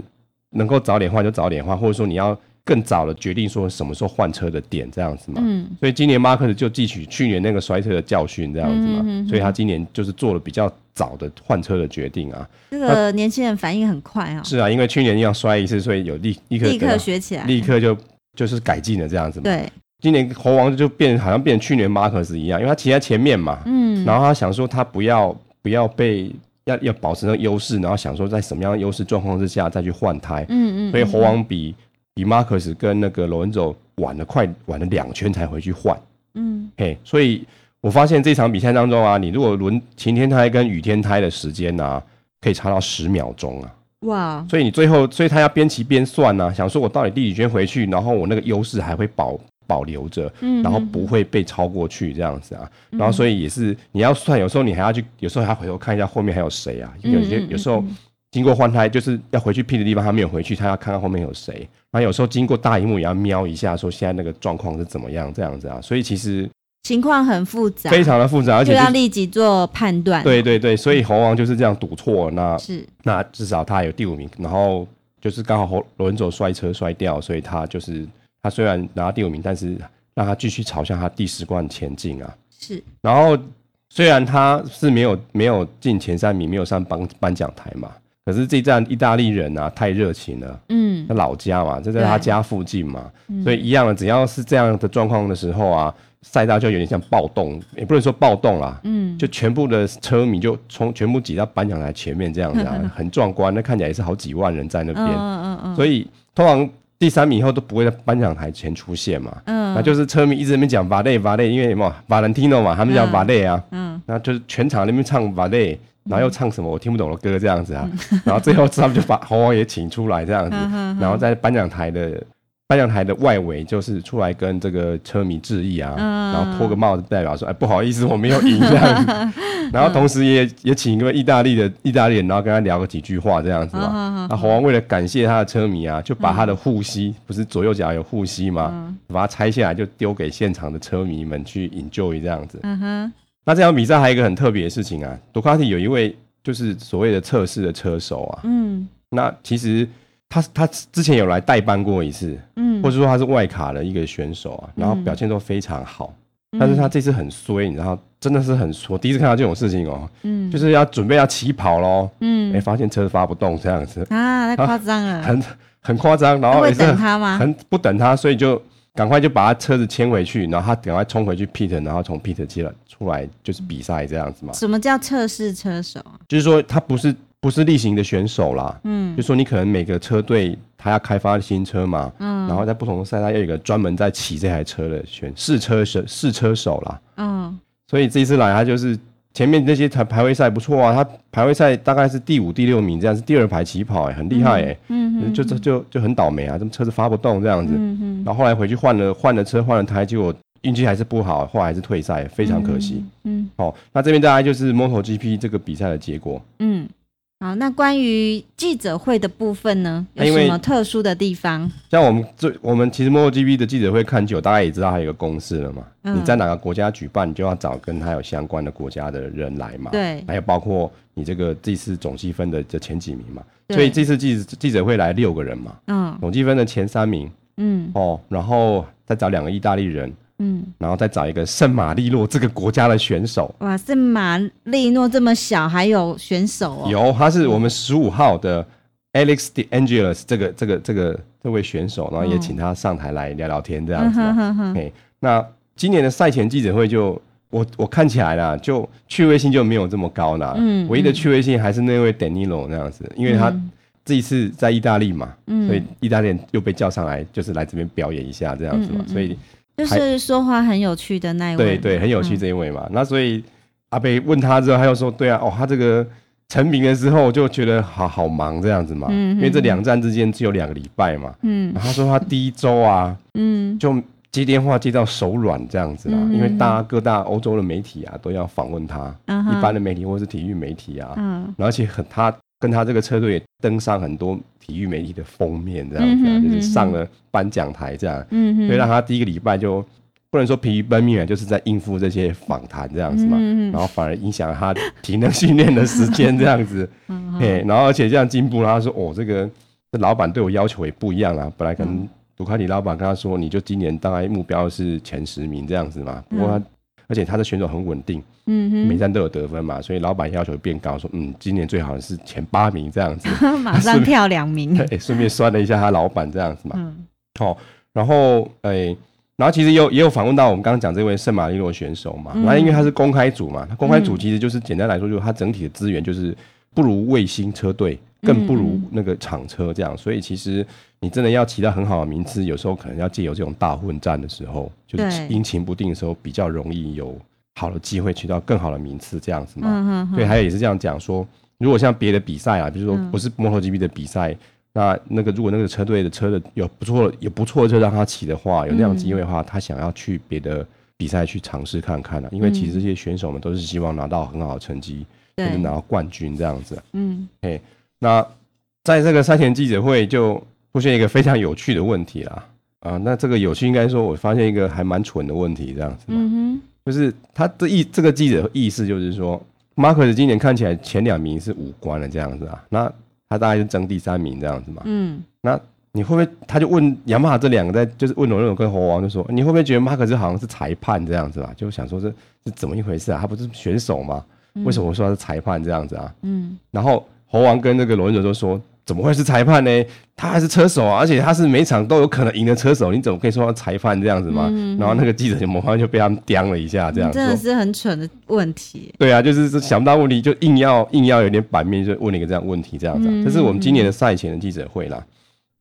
A: 能够早点换就早点换，或者说你要更早的决定说什么时候换车的点这样子嘛。
B: 嗯
A: 所以今年马克就汲取去年那个摔车的教训，这样子嘛，
B: 嗯哼哼
A: 所以他今年就是做了比较早的换车的决定啊。
B: 这个年轻人反应很快啊，
A: 是啊，因为去年要摔一次，所以有立立刻
B: 立
A: 得到
B: 刻学起来，
A: 立刻就就是改进了这样子嘛。
B: 对，
A: 今年猴王就变好像变去年马可斯一样，因为他骑在前面嘛，
B: 嗯，
A: 然后他想说他不要不要被要要保持那个优势，然后想说在什么样的优势状况之下再去换胎。
B: 嗯嗯，
A: 所以猴
B: 嗯
A: 王比比 Marcus 跟那个罗恩走晚了快晚了两圈才回去换。
B: 嗯
A: 嘿，所以我发现这场比赛当中啊，你如果轮晴天胎跟雨天胎的时间呢、啊，可以差到十秒钟啊。
B: 哇，
A: 所以你最后，所以他要边骑边算呢、想说我到底第几圈回去，然后我那个优势还会保保留着，
B: 嗯
A: 然后不会被超过去这样子啊。然后所以也是你要算，有时候你还要去，有时候还要回头看一下后面还有谁啊。有些
B: 嗯嗯
A: 有时候经过换胎，就是要回去 P 的地方他没有回去，他要看看后面有谁。然后有时候经过大荧幕也要瞄一下，说现在那个状况是怎么样这样子啊。所以其实
B: 情况很复杂，
A: 非常的复杂，而
B: 啊就
A: 且就
B: 要
A: 是
B: 立即做判断，
A: 对对对，所以猴王就是这样赌错，那
B: 是
A: 那至少他有第五名，然后就是刚好猴罗恩佐摔车摔掉，所以他就是他虽然拿到第五名，但是让他继续朝向他第十冠前进啊。
B: 是，
A: 然后虽然他是没有没有进前三名，没有上颁颁奖台嘛，可是这站意大利人啊太热情了。
B: 嗯
A: 他老家嘛，就在他家附近嘛，
B: 嗯
A: 所以一样的，只要是这样的状况的时候啊，赛道就有点像暴动，也不能说暴动啦，
B: 嗯，
A: 就全部的车迷就从全部挤到颁奖台前面这样子 啊，很壮观，那看起来也是好几万人在那边，
B: 嗯嗯嗯，
A: 所
B: 以
A: 以通常第三名以后都不会在颁奖台前出现嘛，
B: 嗯，
A: 那就是车迷一直在那边讲 v a l e v a l e 因为什么 Valentino 嘛，他们讲
B: 嗯
A: v a l e 啊，
B: 嗯
A: 然后就是全场那边唱 v a l e 然后又唱什么我听不懂的歌这样子啊，然后最后他们就把猴王也请出来这样子，
B: 嗯嗯，
A: 然后在颁奖台的颁奖台的外围，就是出来跟这个车迷致意啊，
B: 嗯
A: 然后脱个帽子代表说，哎，不好意思，我没有赢这样 子。 然后同时也、也请一个意大利的意大利人，然后跟他聊个几句话这样子
B: 嗯
A: 嘛。
B: 嗯
A: 那
B: 嗯
A: 猴王为了感谢他的车迷啊，就把他的护膝，不是左右脚有护膝吗？
B: 嗯
A: 把它拆下来，就丢给现场的车迷们去 enjoy 这样子。
B: 嗯哼，
A: 那这场比赛还有一个很特别的事情啊，杜卡迪有一位就是所谓的测试的车手啊，
B: 嗯
A: 那其实他他之前有来代班过一次，
B: 嗯，
A: 或者说他是外卡的一个选手啊，然后表现都非常好，但是
B: 嗯
A: 他这次很衰，你知道，真的是很衰。第一次看到这种事情哦，
B: 嗯
A: 就是要准备要起跑喽，哎、
B: 嗯
A: 发现车发不动这样子，
B: 啊，太夸张了，
A: 很很夸张，然
B: 那
A: 后
B: 会
A: 也是
B: 等
A: 很
B: 他吗？
A: 很不等他，所以就赶快就把他车子牵回去，然后他赶快冲回去 pit，然后从 pit 接了出来就是比赛这样子嘛，
B: 什么叫测试车手啊？
A: 就是说他不是不是例行的选手啦，
B: 嗯
A: 就说你可能每个车队他要开发新车嘛，
B: 嗯
A: 然后在不同的赛道要有一个专门在骑这台车的选试车手试车手啦。
B: 嗯
A: 所以这一次来他就是前面那些排排位赛不错啊，他排位赛大概是第五、第六名这样，是第二排起跑、欸，很厉害哎、
B: 嗯嗯
A: 就就就就很倒霉啊，这车子发不动这样子。
B: 嗯嗯，
A: 然后后来回去换了换了车换了胎，结果运气还是不好，后来还是退赛，非常可惜。
B: 嗯
A: 哦，那这边大概就是 MotoGP 这个比赛的结果。
B: 嗯。好，那关于记者会的部分呢，
A: 那
B: 有
A: 啊因为
B: 什么特殊的地方？
A: 像我们最我们其实 MotoGP 的记者会看久，大家也知道它有一个公式了嘛。
B: 嗯
A: 你在哪个国家举办，你就要找跟它有相关的国家的人来嘛。。
B: 对，
A: 还有包括你这个这次总积分的这前几名嘛，
B: 对
A: 所以这次记记者会来六个人嘛，
B: 嗯
A: 总积分的前三名
B: 嗯
A: 哦，然后再找两个意大利人，
B: 嗯，
A: 然后再找一个圣马力诺这个国家的选手，
B: 哇，圣马力诺这么小还有选手哦，
A: 有他是我们十五号的 Alex De Angelis 这个这个这个这位选手，然后也
B: 嗯
A: 请他上台来聊聊天这样
B: 嗯
A: 子嘛。
B: 哼哼哼，
A: 哎，那今年的赛前记者会就我我看起来啦，就趣味性就没有这么高啦。
B: 嗯
A: 唯一的趣味性还是那位 Danilo 那样子，因为他
B: 嗯
A: 这一次在意大利嘛，
B: 嗯
A: 所以意大利人又被叫上来，就是来这边表演一下这样子嘛。
B: 嗯嗯嗯
A: 所以
B: 就是说话很有趣的那一位嗯
A: 对
B: 嘛，
A: 对，很有趣这一位嘛。那所以阿贝问他之后，他又说：“对啊，哦，他这个成名的时候就觉得好好忙这样子嘛，
B: 嗯嗯
A: 因为这两站之间只有两个礼拜嘛。”
B: 嗯
A: 然后他说他第一周啊，
B: 嗯
A: 就接电话接到手软这样子啦，
B: 嗯
A: 因为大家各大欧洲的媒体啊都要访问他，
B: 嗯哼
A: 一般的媒体或是体育媒体啊，
B: 嗯
A: 然后而且很他跟他这个车队也登上很多体育媒体的封面这样子、啊，
B: 嗯哼
A: 就是上了颁奖台这样，
B: 嗯哼，
A: 所以让他第一个礼拜就不能说疲于奔命啊，就是在应付这些访谈这样子嘛，
B: 嗯嗯嗯
A: 然后反而影响了他体能训练的时间这样子。
B: 嗯哼
A: 嘿，然后而且这样进步，然后他说哦，这个这老板对我要求也不一样啦。本来可
B: 嗯
A: 能杜卡迪老板跟他说，你就今年大概目标是前十名这样子嘛。不过他、而且他的选手很稳定，每
B: 嗯
A: 站都有得分嘛，所以老板要求变高，说嗯，今年最好是前八名这样子。
B: 哼，马上跳两名，
A: 哎，顺便酸了一下他老板这样子嘛。
B: 嗯
A: 哦，然后哎，然后其实也有也有访问到我们刚刚讲这位圣
B: 嗯
A: 马力诺选手嘛，那、因为他是公开组嘛，他公开组其实就是简单来说，就是他整体的资源就是不如卫星车队，更不
B: 嗯
A: 如那个厂车这样。所以其实你真的要骑到很好的名次，有时候可能要借由这种大混战的时候，就是
B: 对
A: 阴晴不定的时候，比较容易有好的机会去到更好的名次这样子嘛。
B: 嗯哼
A: 对，
B: 哼，
A: 还有也是这样讲说，如果像别的比赛啊，比如说
B: 嗯
A: 不是 MotoGP 的比赛，那那个如果那个车队的车的有不错有不错的车让他骑的话，有那样的机会的话，他想要去别的比赛去尝试看看
B: 嗯
A: 啊，因为其实这些选手们都是希望拿到很好的成绩，甚至
B: 对，
A: 拿到冠军这样子。
B: 嗯，
A: 那在这个赛前记者会就出现一个非常有趣的问题啦。啊，那这个有趣应该说，我发现一个还蛮蠢的问题，这样子嘛。
B: 嗯
A: 就是他这意这个记者的意思就是说，Marcus 今年看起来前两名是无关的这样子啊，那他大概就争第三名这样子嘛
B: 哼，。嗯，
A: 你会不会他就问雅马哈这两个在就是问罗伦跟猴王就说，你会不会觉得 Marcus 好像是裁判这样子啊？就想说这是怎么一回事啊？他不是选手吗？为什么我说他是裁判这样子啊？
B: 嗯，
A: 然后猴王跟那个罗伦佐都说。怎么会是裁判呢？他还是车手啊，而且他是每场都有可能赢的车手，你怎么可以说他裁判这样子嘛？
B: 嗯嗯嗯
A: 然后那个记者就模仿就被他们刁了一下，这样
B: 真的
A: 说。
B: 是很蠢的问题。
A: 对啊，就是这想不到问题，就硬要硬要有点版面，就问了一个这样问题，这样子啊、
B: 嗯
A: 这是我们今年的赛前的记者会啦。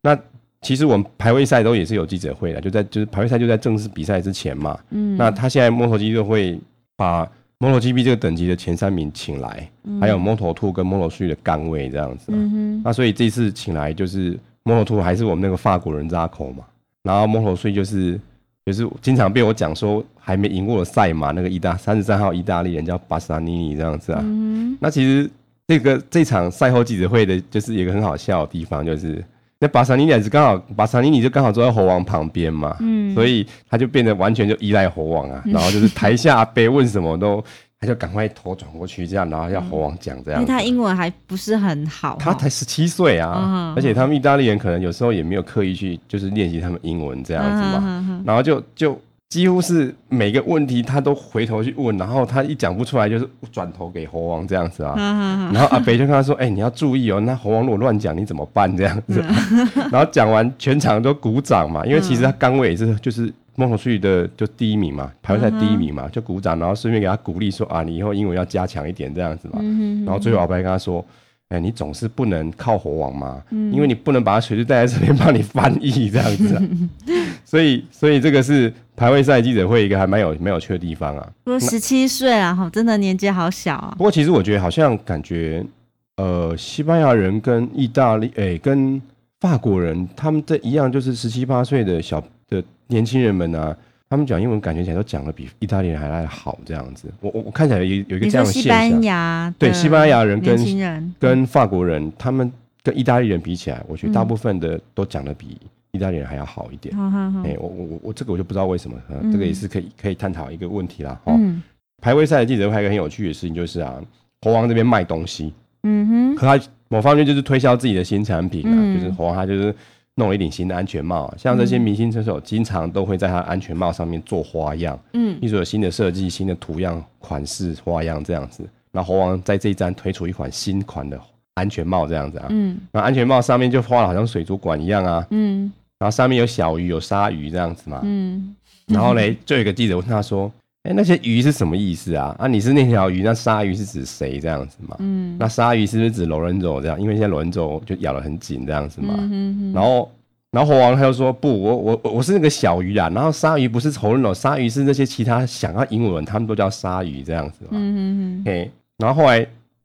A: 那其实我们排位赛都也是有记者会的，就在就是排位赛就在正式比赛之前嘛。
B: 嗯，
A: 那他现在 MotoGP 就会把 MotoGP 这个等级的前三名请来，还有 Moto Two 跟 Moto Three 的杆位这样子啊、
B: 嗯
A: 那所以这次请来就是 Moto Two 还是我们那个法国人扎口嘛，然后 Moto Three 就是就是经常被我讲说还没赢过的赛马那个意大三十三号意大利人叫巴萨尼尼这样子啊。
B: 哼，嗯
A: 那其实这个这场赛后记者会的就是有一个很好笑的地方，就是那巴萨尼尼是刚好巴萨尼尼就刚好坐在猴王旁边嘛，
B: 嗯，
A: 所以他就变得完全就依赖猴王啊，然后就是台下被问什么都。他就赶快头转过去，这样，然后要猴王讲这
B: 因
A: 样
B: 为
A: 子。
B: 他英文还不是很好，
A: 他才十七岁啊
B: 嗯，
A: 而且他们意大利人可能有时候也没有刻意去就是练习他们英文这
B: 这
A: 样子嘛，
B: 嘛，
A: 然后就就几乎是每个问题他都回头去问，然后他一讲不出来就是转头给猴王这样子啊。
B: 嗯
A: 然后阿北就跟他说：“哎、你要注意哦，那猴王如果乱讲，你怎么办？这样 子。然后讲完，全场都鼓掌嘛，因为其实他刚位也是就是孟头旭的就第一名嘛，排位赛第一名
B: 嗯
A: 嘛，就鼓掌，然后顺便给他鼓励说啊，你以后英文要加强一点这样子嘛。
B: 嗯
A: 然后最后阿白跟他说：“哎、你总是不能靠猴王嘛，
B: 嗯
A: 因为你不能把他随时带在身边帮你翻译这样子、啊。所以，所以这个是排位赛记者会一个还蛮有蛮有趣的地方啊。
B: 不过十七岁啊，哈，真的年纪好小啊
A: 不。过，其实我觉得好像感觉，呃，西班牙人跟意大利，哎、跟法国人，他们这一样就是十七八岁的小的年轻人们啊。”他们讲英文，感觉起来都讲的比意大利人还来得好，这样子。我我我看起来有一有一个
B: 你
A: 这
B: 说
A: 样的
B: 西
A: 现象
B: 班。牙的
A: 对西班牙人跟
B: 年轻人
A: 跟法国人，他们跟意大利人比起来，我
B: 嗯
A: 觉得大部分的都讲的比意大利人还要好一点。
B: 好好好
A: 哎、，我我我我这个我就不知道为什么，呃
B: 嗯
A: 这个也是可以可以探讨一个问题啦。哦，
B: 嗯
A: 排位赛的记者会还有一个很有趣的事情就是啊，猴王这边卖东西，
B: 嗯哼，
A: 可他某方面就是推销自己的新产品啊，
B: 嗯
A: 就是猴王他就是弄了一顶新的安全帽啊、像这些明星车手经常都会在他的安全帽上面做花样，
B: 嗯
A: 例如有新的设计、新的图样、款式、花样这样子。那猴王在这一站推出一款新款的安全帽这样子啊，
B: 嗯
A: 那安全帽上面就画了好像水族馆一样啊，
B: 嗯
A: 然后上面有小鱼、有鲨鱼这样子嘛。
B: 嗯，
A: 然后嘞，就有一个记者问他说：“哎，那些鱼是什么意思啊？啊，你是那条鱼，那鲨鱼是指谁这样子嘛？
B: 嗯
A: 那鲨鱼是不是指罗恩佐这样？因为现在罗恩佐就咬得很紧这样子嘛。
B: 嗯
A: 然后，然后猴王他就说：“不，我我我我是那个小鱼啊。然后鲨鱼不是喉咙哦，鲨鱼是那些其他想要英文，他们都叫鲨鱼这样子嘛。
B: 嗯嗯
A: OK，然后后来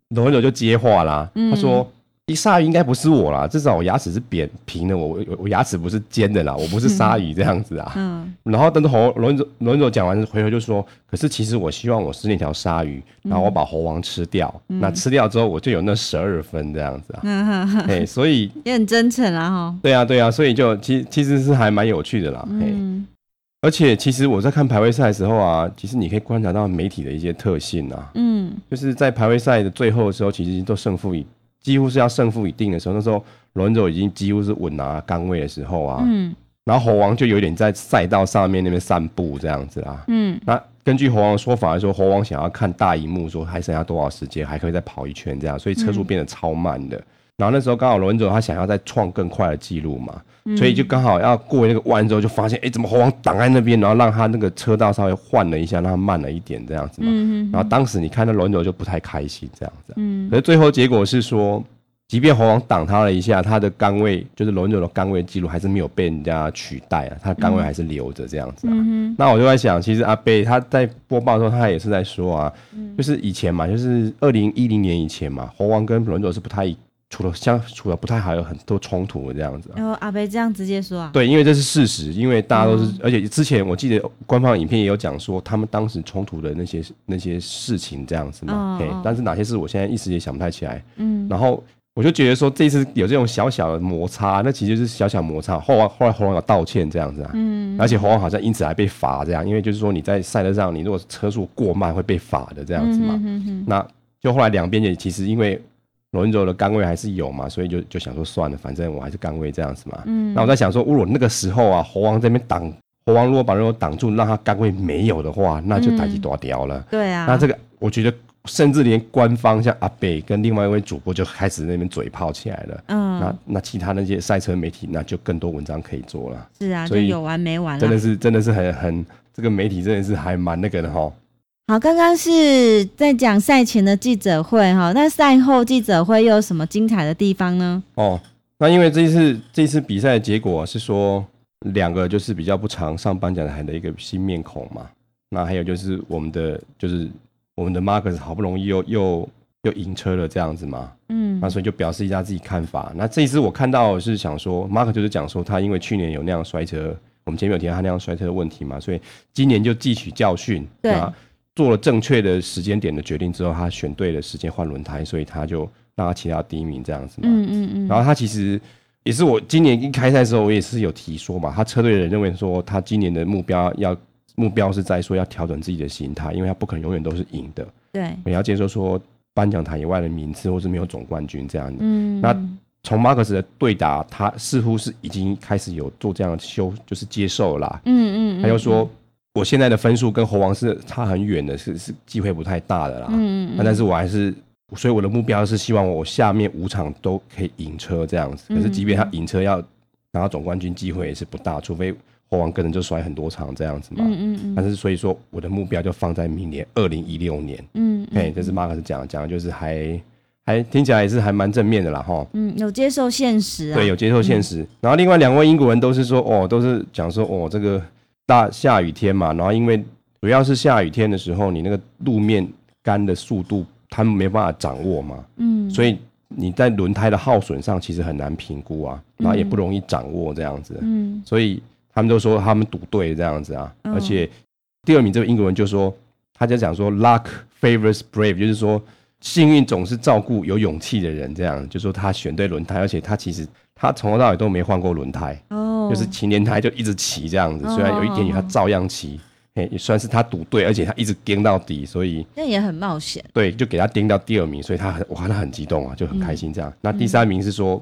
A: 罗恩佐就接话啦，
B: 嗯
A: 他说：“一鲨鱼应该不是我啦，至少我牙齿是扁平的，我我我我牙齿不是尖的啦，我不是鲨鱼这样子啊。
B: 嗯
A: 然后但是猴罗恩佐罗恩佐讲完回头就说：“可是其实我希望我是那条鲨鱼，然
B: 嗯
A: 后我把猴王吃掉，那吃掉之后我就有那十二分这样子啊。
B: 嗯 哈哈，
A: 哎，所以
B: 也很真诚啊哈。
A: 对啊，对啊，所以就其其实是还蛮有趣的啦。嘿，
B: 嗯
A: 而且其实我在看排位赛的时候啊，其实你可以观察到媒体的一些特性啊，
B: 嗯
A: 就是在排位赛的最后的时候，其实都胜负已几乎是要胜负已定的时候，那时候罗恩佐已经几乎是稳拿杆位的时候啊，
B: 嗯
A: 然后猴王就有点在赛道上面那边散步这样子啊啦。
B: 嗯
A: 那根据猴王的说法来说，猴
B: 嗯
A: 王想要看大荧幕，说还剩下多少时间，还可以再跑一圈这样，所以车速变得超慢的。然后那时候刚好罗文佐他想要再创更快的记录嘛，
B: 嗯
A: 所以就刚好要过那个弯之后，就发现哎、诶怎么猴王挡在那边，然后让他那个车道稍微换了一下，让他慢了一点这样子嘛。
B: 嗯
A: 然后当时你看到轮流就不太开心这样子啊、
B: 嗯
A: 可是最后结果是说，即便猴王挡他了一下，他的杆位就是轮流的杆位记录还是没有被人家取代啊，他的杆位还是留着这样子啊。
B: 嗯
A: 那我就在想，其实阿贝他在播报的时候，他也是在说啊，
B: 嗯
A: 就是以前嘛，就是二零一零年以前嘛，猴王跟轮流是不太除了相处的不太好，有很多冲突这样子啊、
B: 然后阿北这样直接说啊，嗯
A: 对，因为这是事实，因为大家都是，而且之前我记得官方影片也有讲说他们当时冲突的那些那些事情这样子嘛，
B: 哦
A: 嘿
B: 哦
A: 但是哪些事我现在一时也想不太起来。
B: 嗯
A: 然后我就觉得说这次有这种小小的摩擦，那其实就是小小摩擦。后来后来侯王有道歉这样子啊，
B: 嗯
A: 而且侯王好像因此还被罚这样，因为就是说你在赛车上你如果车速过慢会被罚的这样子嘛。
B: 嗯嗯
A: 那就后来两边也其实因为罗恩州的杆位还是有嘛，所以就就想说算了，反正我还是杆位这样子嘛。
B: 嗯
A: 那我在想说，如果那个时候啊，猴王这边挡，猴王如果把人挡住，让他杆位没有的话，那就打击多掉了。
B: 对啊，
A: 那这个我觉得，甚至连官方像阿北跟另外一位主播就开始那边嘴炮起来了。那
B: 嗯
A: 那其他那些赛车媒体，那就更多文章可以做了。
B: 是啊，就
A: 所以
B: 有完没完
A: 真
B: 了
A: 的。是真的是很很，这个媒体真的是还蛮那个的哈。
B: 好，刚刚是在讲赛前的记者会哈，那赛后记者会又有什么精彩的地方呢？
A: 哦，那因为这一次这一次比赛的结果是说，两个就是比较不常上颁奖台的一个新面孔嘛。那还有就是我们的就是我们的 Marcus 好不容易又又又赢车了这样子嘛，
B: 嗯
A: 那所以就表示一下自己看法。那这一次我看到的是想说，Mark 就是讲说他因为去年有那样摔车，我们前面有提到他那样摔车的问题嘛，所以今年就汲取教训，
B: 对
A: 那做了正确的时间点的决定之后，他选对了时间换轮胎，所以他就让他骑到第一名这样子嘛。
B: 嗯嗯嗯，
A: 然后他其实也是我今年一开赛的时候，我也是有提说嘛，他车队的人认为说他今年的目标要目标是在说要调整自己的心态，因为他不可能永远都是赢的，
B: 对，
A: 也要接受说颁奖台以外的名次或是没有总冠军这样的。
B: 嗯，
A: 那从马克思的对答，他似乎是已经开始有做这样的修，就是接受啦。
B: 嗯嗯，
A: 他就说，我现在的分数跟猴王是差很远的，是是机会不太大的啦。
B: 嗯，嗯
A: 那
B: 嗯，
A: 但是我还是，所以我的目标是希望我下面五场都可以赢车这样子。
B: 嗯
A: 可是即便他赢车要拿到总冠军机会也是不大，除非猴王个人就甩很多场这样子嘛。
B: 嗯嗯
A: 但是所以说我的目标就放在明年二零一六年。
B: 嗯
A: 哎、
B: 嗯
A: 这是马克思讲的讲的就是还还听起来也是还蛮正面的啦哈。
B: 嗯，有接受现实啊，
A: 对，有接受现实。然后另外两位英国人都是说，哦，都是讲说，哦，这个大下雨天嘛，然后因为主要是下雨天的时候，你那个路面干的速度，他们没办法掌握嘛，
B: 嗯，
A: 所以你在轮胎的耗损上其实很难评估啊，然后也不容易掌握这样子，
B: 嗯
A: 所以他们都说他们赌对这样子啊，
B: 嗯
A: 而且第二名这位英国人就说，他就讲说 luck favors brave，就是说幸运总是照顾有勇气的人，这样就说他选对轮胎，而且他其实他从头到尾都没换过轮胎，
B: 哦，
A: 就是前年胎就一直骑这样子，
B: 哦
A: 虽然有一点雨
B: 哦
A: 他
B: 哦
A: 照样骑，哎、也算是他赌对，而且他一直跟到底，所以
B: 那也很冒险，
A: 对，就给他盯到第二名，所以他很哇，他很激动啊，就很
B: 嗯
A: 开心这样。那第三名是说，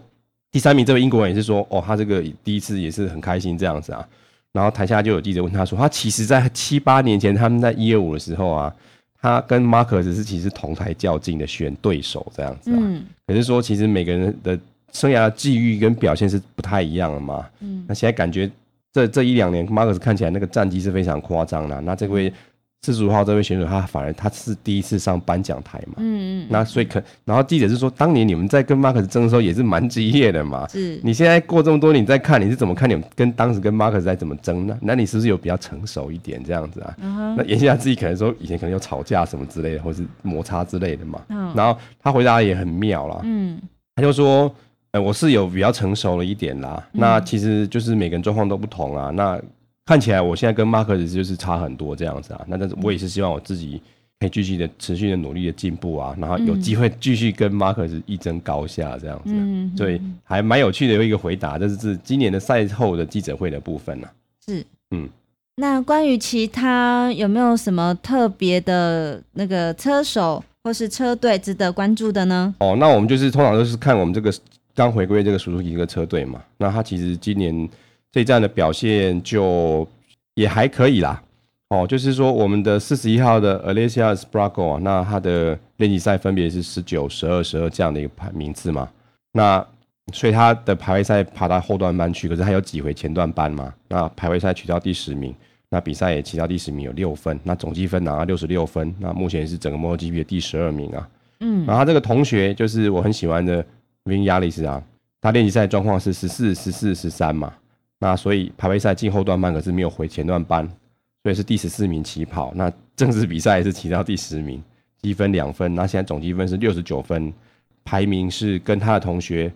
A: 第三名这位英国人也是说，哦，他这个第一次也是很开心这样子啊。然后台下就有记者问他说，他其实在七八年前他们在一二五的时候啊，他跟马可只是其实同台较劲的选对手这样子啊。
B: 嗯
A: 可是说，其实每个人的生涯的际遇跟表现是不太一样的嘛。
B: 嗯
A: 那现在感觉这这一两年，马克斯看起来那个战绩是非常夸张的啊。那这位四十五号这位选手，他反而他是第一次上颁奖台嘛。
B: 嗯嗯，
A: 那所以可，然后记者是说，当年你们在跟马克斯争的时候也是蛮激烈的嘛。
B: 是
A: 你现在过这么多年，你再看你是怎么看你们跟当时跟马克斯在怎么争呢？那你是不是有比较成熟一点这样子啊？
B: 嗯
A: 那言下之意可能说以前可能有吵架什么之类的，或是摩擦之类的嘛。
B: 嗯
A: 然后他回答得也很妙啦，
B: 嗯
A: 他就说，呃，我是有比较成熟了一点啦。那其实就是每个人状况都不同啊。那看起来我现在跟马克思就是差很多这样子啊。那但是我也是希望我自己可以继续的持续的努力的进步啊，然后有机会继续跟马克思一争高下这样子、
B: 嗯，
A: 所以还蛮有趣的有一个回答，这是今年的赛后的记者会的部分啊呢、
B: 是
A: 嗯。
B: 那关于其他有没有什么特别的那个车手或是车队值得关注的呢？
A: 哦，那我们就是通常都是看我们这个刚回归这个 Suzuki 这个车队嘛，那他其实今年这一站的表现就也还可以啦。哦，就是说我们的四十一号的 Alicia Sprago 啊，那他的练习赛分别是十九、十二、十二这样的一个排名次嘛。那所以他的排位赛爬到后段班去，可是他有挤回前段班嘛？那排位赛取到第十名，那比赛也骑到第十名，有六分，那总积分拿到六十六分，那目前是整个摩托 GP 的第十二名啊。
B: 嗯
A: 然后他这个同学就是我很喜欢的 Vin Yaris 啊，他练习赛状况是十四、十四、十三嘛，那所以排位赛进后段班，可是没有回前段班，所以是第十四名起跑。那正式比赛也是骑到第十名，积分两分，那现在总积分是六十九分，排名是跟他的同学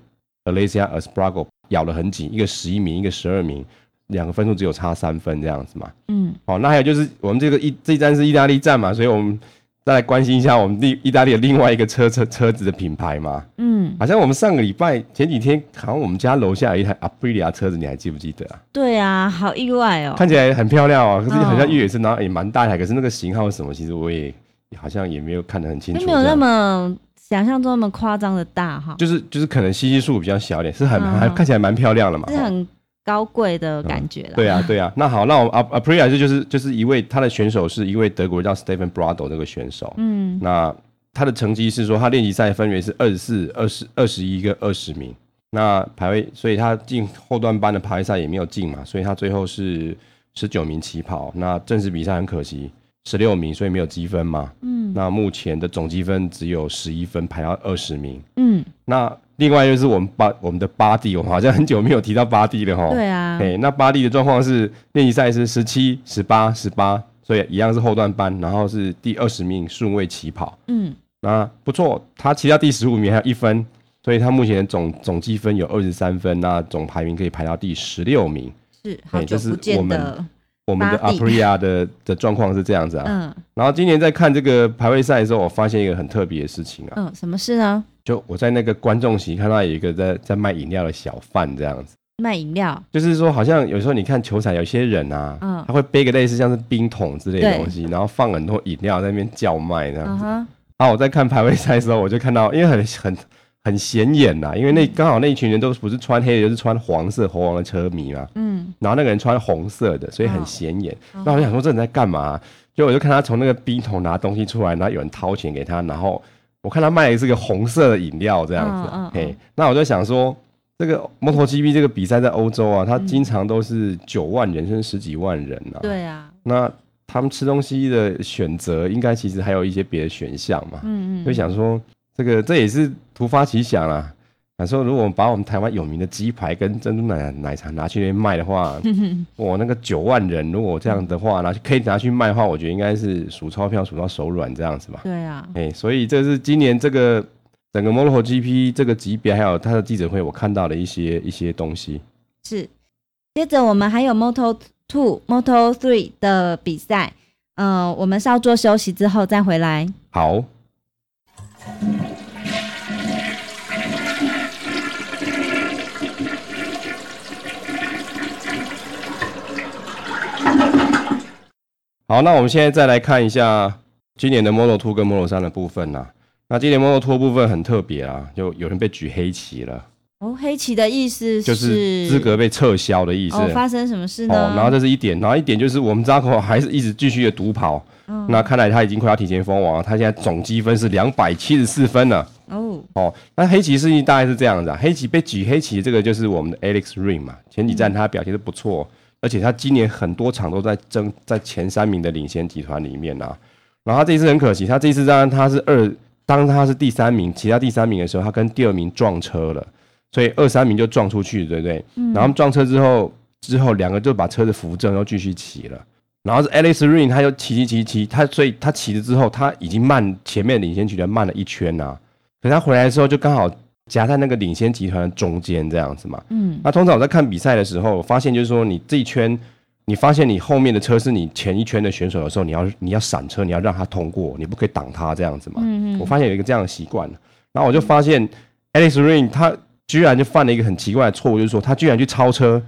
A: Alicia Asprago 咬得很紧，一个十一名，一个十二名，两个分数只有差三分这样子嘛。
B: 嗯，
A: 哦，那还有就是我们这个意这一站是意大利站嘛，所以我们再来关心一下我们意意大利的另外一个车车车子的品牌嘛。
B: 嗯，
A: 好像我们上个礼拜前几天，好像我们家楼下有一台 Aprilia 车子，你还记不记得啊？
B: 对啊，好意外哦。
A: 看起来很漂亮哦，可是好像越野车，然后也蛮大一台，可是那个型号是什么，其实我也好像也没有看得很清楚。
B: 并没有那么想象中那么夸张的大哈，
A: 这样，就是就是可能吸气数比较小一点，是很、
B: 嗯
A: 还看起来蛮漂亮的嘛。
B: 是很高贵的感觉啦。
A: 对啊，对啊。那好，那我们 Ap- Aprilia 这就是就是一位他的选手是一位德国人叫 Stephen Brado 这个选手，
B: 嗯
A: 那他的成绩是说，他练习赛分别是二十四、二十二十一跟二十名。那排位，所以他进后段班的排位赛也没有进嘛，所以他最后是十九名起跑。那正式比赛很可惜，十六名，所以没有积分嘛。
B: 嗯
A: 那目前的总积分只有十一分，排到二十名。
B: 嗯，
A: 那另外就是我们巴我们的巴蒂，我们好像很久没有提到巴蒂了哈。
B: 对啊，
A: 哎、那巴蒂的状况是练习赛是十七、十八、十八，所以一样是后段班，然后是第二十名顺位起跑，
B: 嗯
A: 那不错，他骑到第十五名还有一分，所以他目前总总积分有二十三分，那总排名可以排到第十六名。
B: 是好
A: 哎
B: 久
A: 这是
B: 不见
A: 我
B: 的，
A: 我们的
B: 巴蒂
A: Aprilia 的的状况是这样子啊，
B: 嗯
A: 然后今年在看这个排位赛的时候，我发现一个很特别的事情啊，
B: 嗯，什么事呢？
A: 就我在那个观众席看到有一个在在卖饮料的小贩这样子。
B: 卖饮料，
A: 就是说，好像有时候你看球场，有些人啊，
B: 嗯
A: 他会背个类似像是冰桶之类的
B: 对
A: 东西，然后放很多饮料在那边叫卖这样
B: 嗯
A: 子。
B: 哼，
A: 然后我在看排位赛的时候，我就看到，因为很很很显眼呐、因为那刚好那一群人都不是穿黑的，就是穿黄色猴王的车迷嘛。
B: 嗯，
A: 然后那个人穿红色的，所以很
B: 嗯
A: 显眼。
B: 嗯
A: 那我就想说，这人在干嘛啊、就我就看他从那个冰桶拿东西出来，然后有人掏钱给他，然后我看他卖的是个红色的饮料这样子
B: 嗯嗯
A: 啊。
B: 嗯
A: 嘿，那我就想说，这个 MotoGP 这个比赛在欧洲啊，它经常都是九万人甚至十几万人啊。，
B: 嗯对啊，
A: 那他们吃东西的选择，应该其实还有一些别的选项嘛。
B: 嗯
A: 就
B: 嗯，
A: 想说这个这也是突发奇想啦。想说，如果我们把我们台湾有名的鸡排跟珍珠奶奶茶拿去那边卖的 话，我那个九万人，如果这样的话拿去可以拿去卖的话，我觉得应该是数钞票数到手软这样子吧。
B: 对啊，
A: 哎、所以这是今年这个整个 MotoGP 这个级别还有它的记者会，我看到了一些一些东西。
B: 是。接着我们还有 Moto Two、Moto Three 的比赛，呃，我们稍作休息之后再回来。
A: 好，好，那我们现在再来看一下今年的 Model Two 跟 Model 三的部分啦、那今年 Model Two 的部分很特别啊，就有人被举黑旗了，
B: 哦，黑旗的意思
A: 就是资格被撤销的意思。
B: 哦，发生什么事呢？
A: 哦，然后这是一点，然后一点就是我们扎口还是一直继续的独跑，
B: 嗯
A: 那看来他已经快要提前封王了，他现在总积分是两百七十四分了。
B: 哦，
A: 哦，那黑棋事情大概是这样子啊，黑棋被举黑棋这个就是我们的 Alex Ring 嘛，前几站他表现的不错，哦而且他今年很多场都在争在前三名的领先集团里面啊。然后他这一次很可惜，他这一次当然他是二，当他是第三名，其他第三名的时候，他跟第二名撞车了，所以二三名就撞出去，对不对？然后他们撞车之后，之后两个就把车子扶正，又继续骑了。然后是 Alex Ring，他又骑骑骑骑，他所以他骑了之后，他已经慢前面领先集团慢了一圈啊呐、可是他回来之后就刚好夹在那个领先集团的中间这样子嘛。
B: 嗯
A: 那通常我在看比赛的时候，我发现就是说你这一圈，你发现你后面的车是你前一圈的选手的时候，你要你要闪车，你要让他通过，你不可以挡他这样子嘛。
B: 嗯
A: 我
B: 嗯，
A: 发现有一个这样的习惯，然后我就发现 Alex Ring 他居然就犯了一个很奇怪的错误，就是说他居然去超车，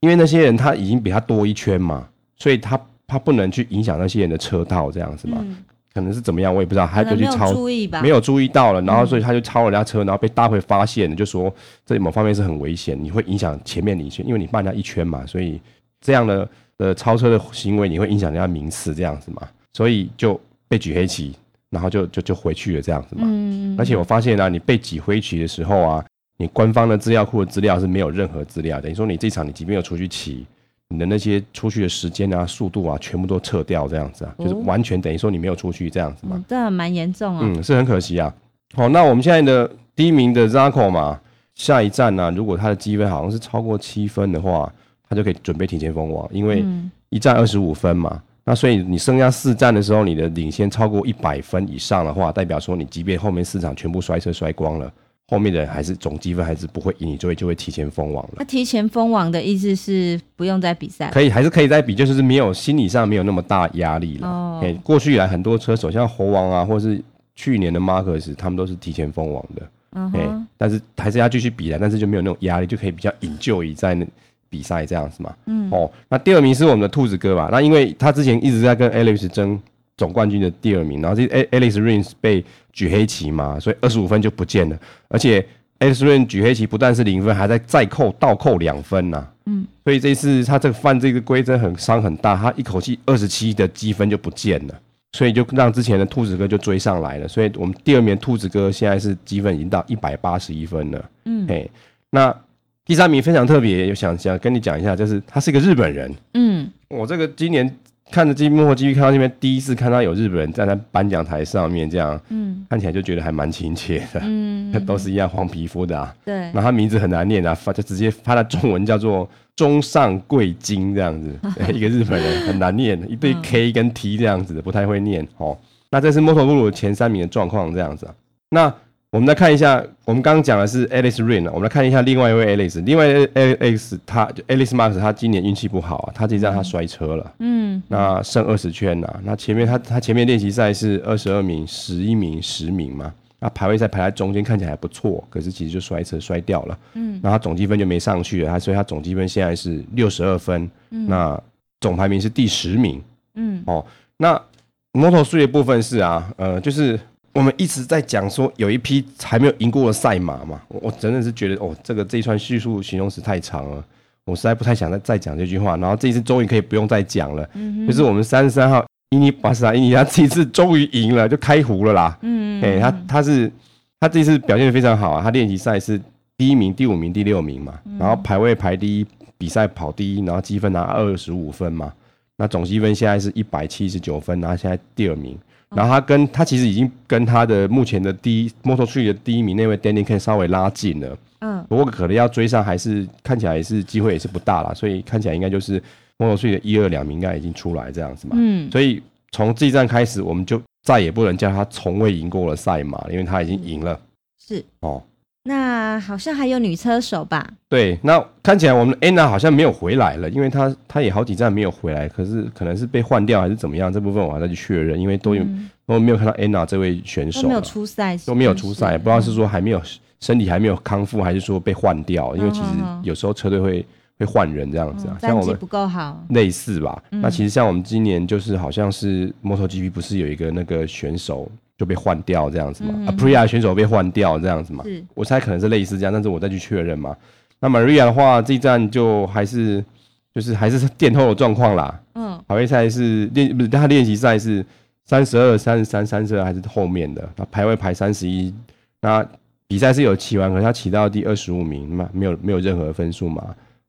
A: 因为那些人他已经比他多一圈嘛，所以他他不能去影响那些人的车道这样子嘛，
B: 嗯
A: 可能是怎么样我也不知道，他
B: 可
A: 就去
B: 能没有
A: 超
B: 注意吧？
A: 没有注意到了，然后
B: 嗯
A: 所以他就超人家车，然后被大会发现了，就说这某方面是很危险，你会影响前面领先，因为你慢人家一圈嘛，所以这样的呃超车的行为你会影响人家名次这样子嘛，所以就被举黑旗，然后就就就回去了这样子嘛。
B: 嗯，嗯，
A: 而且我发现啊，你被挤灰旗的时候啊，你官方的资料库的资料是没有任何资料的。你说你这场你即便有出去骑，你的那些出去的时间啊、速度啊，全部都撤掉这样子啊，就是
B: 哦
A: 完全等于说你没有出去这样子嘛。
B: 嗯，这蛮严重哦。
A: 嗯，是很可惜啊。好，那我们现在的第一名的 Zaco 嘛，下一站呢、如果他的积分好像是超过七分的话，他就可以准备提前封王，因为
B: 嗯
A: 一站二十五分嘛。那所以你剩下四站的时候，你的领先超过一百分以上的话，代表说你即便后面四场全部摔车摔光了，后面的人还是总积分还是不会赢，你就会就会提前封王了。
B: 那提前封网的意思是不用再比赛了
A: 可以还是可以再比，就是没有心理上没有那么大压力了。
B: 哦
A: 诶过去以来很多车手像猴王啊，或是去年的 Marcus，他们都是提前封王的。
B: 嗯
A: 哎、
B: 哼，
A: 但是还是要继续比的，但是就没有那种压力，就可以比较引咎于在那比赛这样子嘛。
B: 嗯，
A: 哦，那第二名是我们的兔子哥吧？那因为他之前一直在跟 Alex 争总冠军的第二名，然后这 A- Alex Rins 被举黑旗嘛，所以二十五分就不见了，而且 Alex Rins 举黑旗不但是零分，还在再扣倒扣两分呐、
B: 嗯，
A: 所以这一次他这个犯这个规真很伤很大，他一口气二十七的积分就不见了。所以就让之前的兔子哥就追上来了，所以我们第二名的兔子哥现在是积分已经到一百八十一分了。
B: 嗯
A: 嘿，那第三名非常特别，有想想跟你讲一下，就是他是一个日本人。
B: 嗯，
A: 我这个今年看着金幕后继续看到这边，第一次看到有日本人站在颁奖台上面这样，
B: 嗯
A: 看起来就觉得还蛮亲切的。
B: 嗯，
A: 都是一样黄皮肤的啊，
B: 对，
A: 那他名字很难念啊，他就直接他的中文叫做中上贵金这样 子，一个日本人很难念，一堆
B: 嗯
A: K 跟 T 这样子的不太会念哦。那这是 m o t o 鲁前三名的状况这样子啊。那我们来看一下，我们刚刚讲的是 Alice Rain，啊我们来看一下另外一位 Alice，另外一位 Alice 他就 Alice Max 他今年运气不好啊，他这一站他摔车了。
B: 嗯
A: 那剩二十圈呐、那前面他他前面练习赛是二十二名、十一名、十名嘛，那排位赛排在中间看起来还不错，可是其实就摔车摔掉了，
B: 嗯
A: 然后他总积分就没上去了，他所以他总积分现在是六十二分，那总排名是第十名。哦
B: 嗯
A: 那摩托数的部分是啊，呃，就是我们一直在讲说有一批还没有赢过的赛马嘛，我我真的是觉得哦，这个这一串叙述形容词太长了，我实在不太想再再讲这句话，然后这一次终于可以不用再讲了。
B: 嗯
A: 就是我们三十三号伊尼巴萨伊尼，他这一次终于赢了，就开胡了啦。
B: 嗯，
A: 哎、他他是他这次表现的非常好啊，他练习赛是第一名、第五名、第六名嘛，然后排位排第一，比赛跑第一，然后积分拿二十五分嘛，那总积分现在是一百七十九分，然后现在第二名。然后他跟他其实已经跟他的目前的第一 Moto 3的第一名那位 Danny K 稍微拉近了，
B: 嗯
A: 不过可能要追上还是看起来也是机会也是不大啦，所以看起来应该就是 Moto 3的一二两名应该已经出来这样子嘛。
B: 嗯
A: 所以从这一站开始，我们就再也不能叫他从未赢过了赛马，因为他已经赢了
B: 是，
A: 哦。
B: 那好像还有女车手吧？
A: 对，那看起来我们的 Anna 好像没有回来了，因为她她也好几站没有回来，可是可能是被换掉还是怎么样，这部分我还在去确认，因为都有、
B: 嗯
A: 都没有看到 Anna 这位选
B: 都
A: 手
B: 没有
A: 了，
B: 出赛，
A: 都没有出赛，
B: 是
A: 不知道是说还没有身体还没有康复，还是说被换掉，因为其实
B: 嗯嗯嗯
A: 有时候车队会会换人这样子啊
B: 嗯，
A: 像
B: 战
A: 我
B: 绩
A: 们
B: 不够好，
A: 类似吧。
B: 嗯
A: 那其实像我们今年就是好像是 MotoGP 不是有一个那个选手就被换掉这样子嘛、
B: 嗯
A: a p r i a 选手被换掉这样子嘛，
B: 是
A: 我猜可能是类似这样，但是我再去确认嘛。那 Maria 的话，这一站就还是就是还是垫后的状况啦。
B: 嗯
A: 跑位赛是练不是他练习赛是三十二、三十三、三十二还是后面的？那排位排三十一，那比赛是有骑完，可是他骑到第二十五名嘛，没有没有任何分数嘛。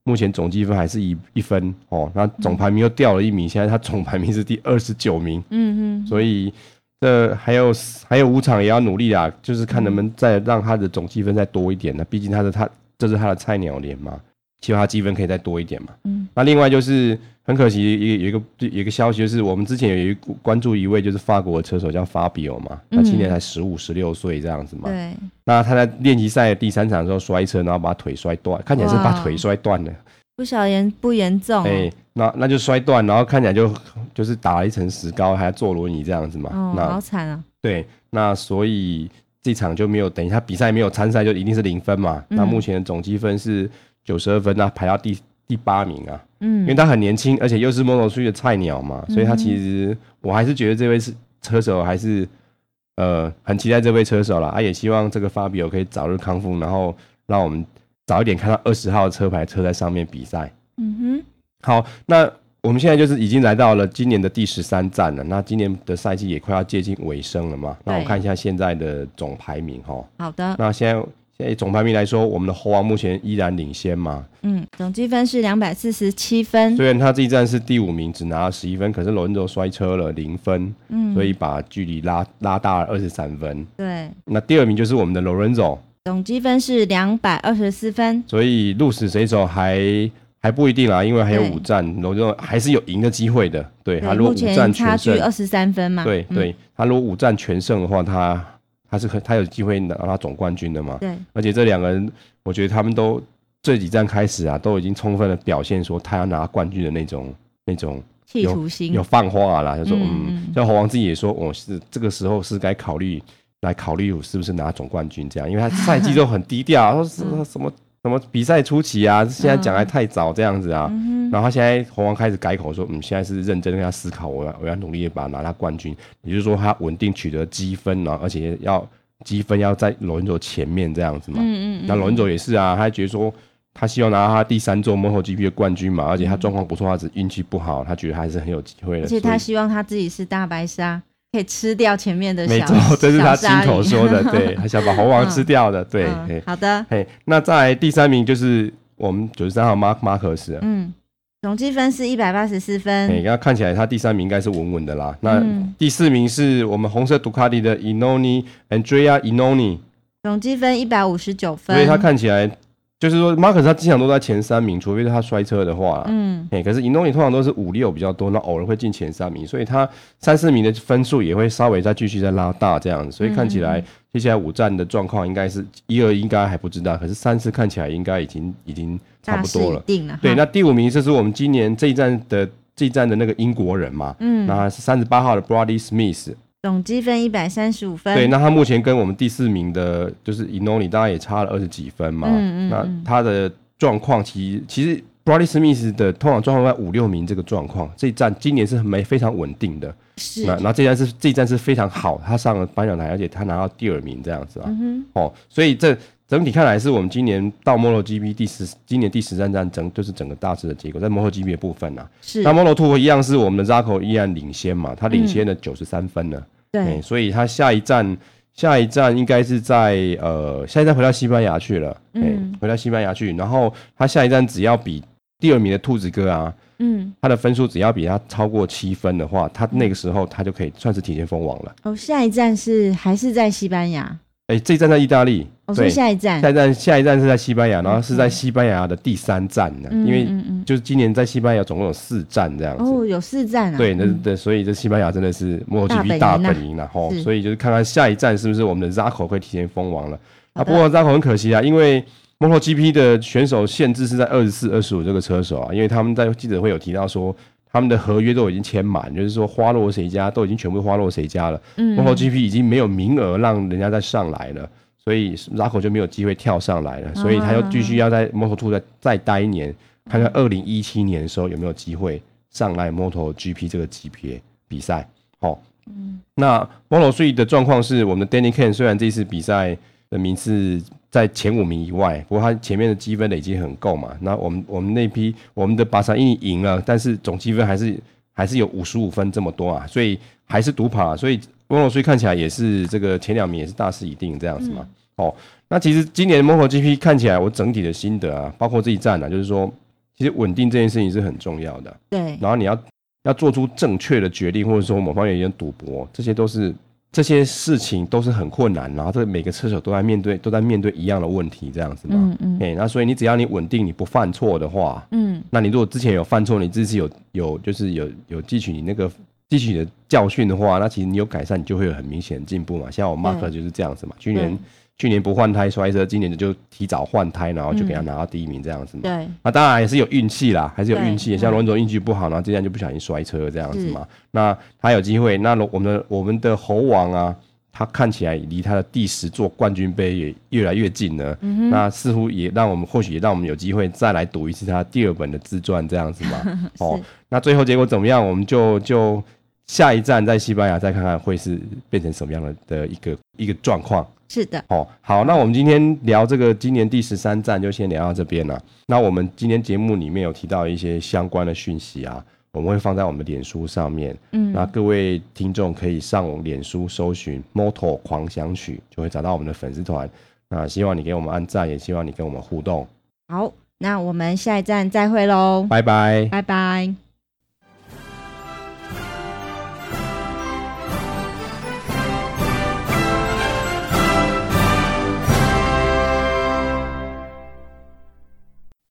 A: 目前总积分还是一一分哦，那总排名又掉了一名，现在他总排名是第二十九名，
B: 嗯嗯
A: 所以这还有还有五场也要努力啦，就是看能不能再让他的总积分再多一点呢？毕竟他的他这是他的菜鸟联嘛，希望他积分可以再多一点嘛。
B: 嗯
A: 那另外就是很可惜，一有一个有一个消息，就是我们之前有一个关注一位就是法国的车手叫 Fabio 嘛，
B: 嗯
A: 他今年才十五十六岁这样子嘛。
B: 对，
A: 那他在练习赛第三场的时候摔车，然后把腿摔断，看起来是把
B: 哇
A: 腿摔断了。
B: 不小严不严重哦，
A: 哎、那那就摔断，然后看起来就就是打了一层石膏，还要坐轮椅这样子嘛。
B: 哦，
A: 那
B: 好惨啊，
A: 对，那所以这场就没有等一下比赛没有参赛，就一定是零分嘛。
B: 嗯
A: 那目前的总积分是九十二分，那排到第第八名啊。因为
B: 嗯
A: 他很年轻，而且又是 m o t 的菜鸟嘛，所以他其实我还是觉得这位是车手还是呃很期待这位车手啦，啊也希望这个 Fabio 可以早日康复，然后让我们早一点看到二十号车牌车在上面比赛。
B: 嗯哼，
A: 好，那我们现在就是已经来到了今年的第十三站了，那今年的赛季也快要接近尾声了嘛，那我
B: 对嗯
A: 看一下现在的总排名哈，
B: 好的，
A: 那现在现在以总排名来说，我们的猴王目前依然领先嘛。
B: 嗯，总积分是两百四十七分。
A: 虽然他这一站是第五名，只拿了十一分，可是罗恩州摔车了零分，
B: 嗯，
A: 所以把距离拉拉大了二十三分。
B: 对，
A: 那第二名就是我们的 Lorenzo，
B: 总积分是两百二十四分。
A: 所以鹿死谁手还还不一定啦，因为还有
B: 对
A: 五站，Lorenzo 还是有赢的机会的。对他
B: 对，
A: 如果
B: 目
A: 五战
B: 前差
A: 全
B: 距
A: 胜，
B: 二十三分嘛。
A: 对
B: 嗯
A: 对，他如果五战全胜的话，他他是可他有机会拿到总冠军的嘛。
B: 嗯对，
A: 而且这两个人，我觉得他们都这几站开始啊，都已经充分的表现说他要拿冠军的那种那种
B: 企图心
A: 有放话啦，就说
B: 嗯
A: 嗯
B: 嗯，
A: 像猴王自己也说，我、是这个时候是该考虑来考虑我是不是拿总冠军这样，因为他赛季都很低调啊，说
B: 嗯
A: 什么什么什么比赛初期啊，现在讲还太早这样子啊。
B: 嗯
A: 然后他现在猴王开始改口说，嗯，现在是认真地跟他思考，我要我要努力地把拿到冠军，也就是说他稳定取得积分然后而且要积分要在罗恩佐前面这样子嘛。
B: 嗯嗯嗯，
A: 那罗恩佐也是啊，他觉得说他希望拿到他第三座 MotoGP 的冠军
B: 嗯
A: 嘛，而且他状况不错，他只运气不好，他觉得他还是很有机会的。
B: 而且他
A: 所
B: 希望他自己是大白鲨，可以吃掉前面的
A: 以没
B: 小，
A: 错， 这是他
B: 小
A: 亲
B: 鲨
A: 口
B: 鱼
A: 说的，对，他想把猴王吃掉的，对，
B: 嗯
A: 嘿，
B: 好的，
A: 嘿，那再来第三名就是我们九十三号马马可斯，
B: 嗯，总积分是一百八十四
A: 哎，
B: 分，
A: 那看起来他第三名应该是稳稳的啦。那
B: 嗯
A: 第四名是我们红色杜卡迪的 Inoni Andrea Inoni，
B: 总积分一百五十九分，
A: 所以他看起来就是说马可斯他经常都在前三名，除非是他摔车的话啦，
B: 嗯，
A: 哎、可是银东里通常都是五六比较多，那偶尔会进前三名，所以他三四名的分数也会稍微再继续再拉大这样子，所以看起
B: 嗯
A: 来接下来五战的状况应该是一二应该还不知道，可是三四看起来应该已经已经差
B: 大
A: 不
B: 势嗯
A: 多
B: 已
A: 了。
B: 定了哈，
A: 对，那第五名就是我们今年这一站的这一站的那个英国人嘛，
B: 嗯，
A: 那是三十八号的 Brady Smith，
B: 总积分一百三十五分，
A: 对，那他目前跟我们第四名的，就是 Inoni，当然也差了二十几分嘛。
B: 嗯嗯嗯
A: 那他的状况其实其实 Bradley Smith 的通常状况在五六名这个状况，这一站今年是没非常稳定的。
B: 是
A: 那，然后这一站是这一站是非常好，他上了颁奖台，而且他拿到第二名这样子啊。
B: 嗯
A: 哦，所以这整体看来是我们今年到 MotoGP 第十，今年第十三站整就是整个大致的结果，在 MotoGP 的部分啊
B: 哼，。是嗯
A: 那，Moto Two 一样是我们的 Zarco 依然领先嘛，他领先了九十三分了。哎，
B: 对，
A: 所以他下一站，下一站应该是在呃，下一站回到西班牙去了，哎
B: 嗯
A: 回到西班牙去，然后他下一站只要比第二名的兔子哥啊，
B: 嗯，
A: 他的分数只要比他超过七分的话，他那个时候他就可以算是提前封王了。
B: 哦，下一站是还是在西班牙，
A: 哎，这一站在意大利，
B: 我说
A: 对，
B: 哦下一站，
A: 下一站下一站是在西班牙，然后是在西班牙的第三站呢，
B: 嗯
A: 因为
B: 嗯嗯，
A: 就是今年在西班牙总共有四站这样子。
B: 哦，有四站啊，
A: 对，那
B: 嗯
A: 对，所以这西班牙真的是
B: 大本
A: MotoGP
B: 营
A: 大
B: 啊
A: 本营了吼，
B: 是
A: 所以就是看看下一站是不是我们的 Zarco 可以提前封王了。啊，
B: 好
A: 不过
B: 的
A: Zarco 很可惜啊，因为 MotoGP 的选手限制是在二十四、二十五这个车手啊，因为他们在记者会有提到说。他们的合约都已经签满，就是说花落谁家都已经全部花落谁家了。
B: 嗯
A: MotoGP 已经没有名额让人家再上来了，所以 Zarco 就没有机会跳上来
B: 啊
A: 了，所以他就继续要在 Moto2 再再待一年，看看二零一七年的时候有没有机会上来 MotoGP 这个级别比赛。哦，那 Moto3 的状况是，我们的 Danny Kane 虽然这次比赛的名次在前五名以外，不过他前面的积分累积很够嘛。那我们我们那批我们的巴萨印尼赢了，但是总积分还是还是有五十五分这么多啊，所以还是独跑啊。所以 Moto3 看起来也是这个前两名也是大势已定这样子嘛。哦，那其实今年 MotoGP 看起来我整体的心得啊，包括这一站啊，就是说其实稳定这件事情是很重要的。啊
B: 对，
A: 然后你要要做出正确的决定，或者说某方面有点赌博，这些都是这些事情都是很困难，然后这每个车手都在面对都在面对一样的问题，这样子嘛。
B: 嗯嗯
A: 哎、那所以你只要你稳定，你不犯错的话，
B: 嗯，
A: 那你如果之前有犯错，你这次有有就是有有汲取你那个汲取你的教训的话，那其实你有改善，你就会有很明显的进步嘛。像我 Mark
B: 对
A: 就是这样子嘛，去年
B: 对
A: 去年不换胎摔车，今年就提早换胎，然后就给
B: 嗯
A: 他拿到第一名这样子嘛。
B: 对，
A: 那当然也是有运气啦，还是有运气。
B: 嗯对
A: 像
B: 嗯
A: 罗恩佐运气不好，然后这样就不小心摔车这样子嘛。那他有机会，那罗我们的我们的猴王啊，他看起来离他的第十座冠军杯也越来越近了。那似乎也让我们或许也让我们有机会再来赌一次他第二本的自传这样子嘛。哦，那最后结果怎么样，我们就就下一站在西班牙再看看会是变成什么样的的一个一个状况。
B: 是的，
A: 哦，好，那我们今天聊这个今年第十三站就先聊到这边了、那我们今天节目里面有提到一些相关的讯息啊，我们会放在我们的脸书上面。
B: 嗯
A: 那各位听众可以上脸书搜寻 “Moto 狂想曲”，就会找到我们的粉丝团。那希望你给我们按赞，也希望你跟我们互动。
B: 好，那我们下一站再会喽，
A: 拜拜。
B: 拜拜。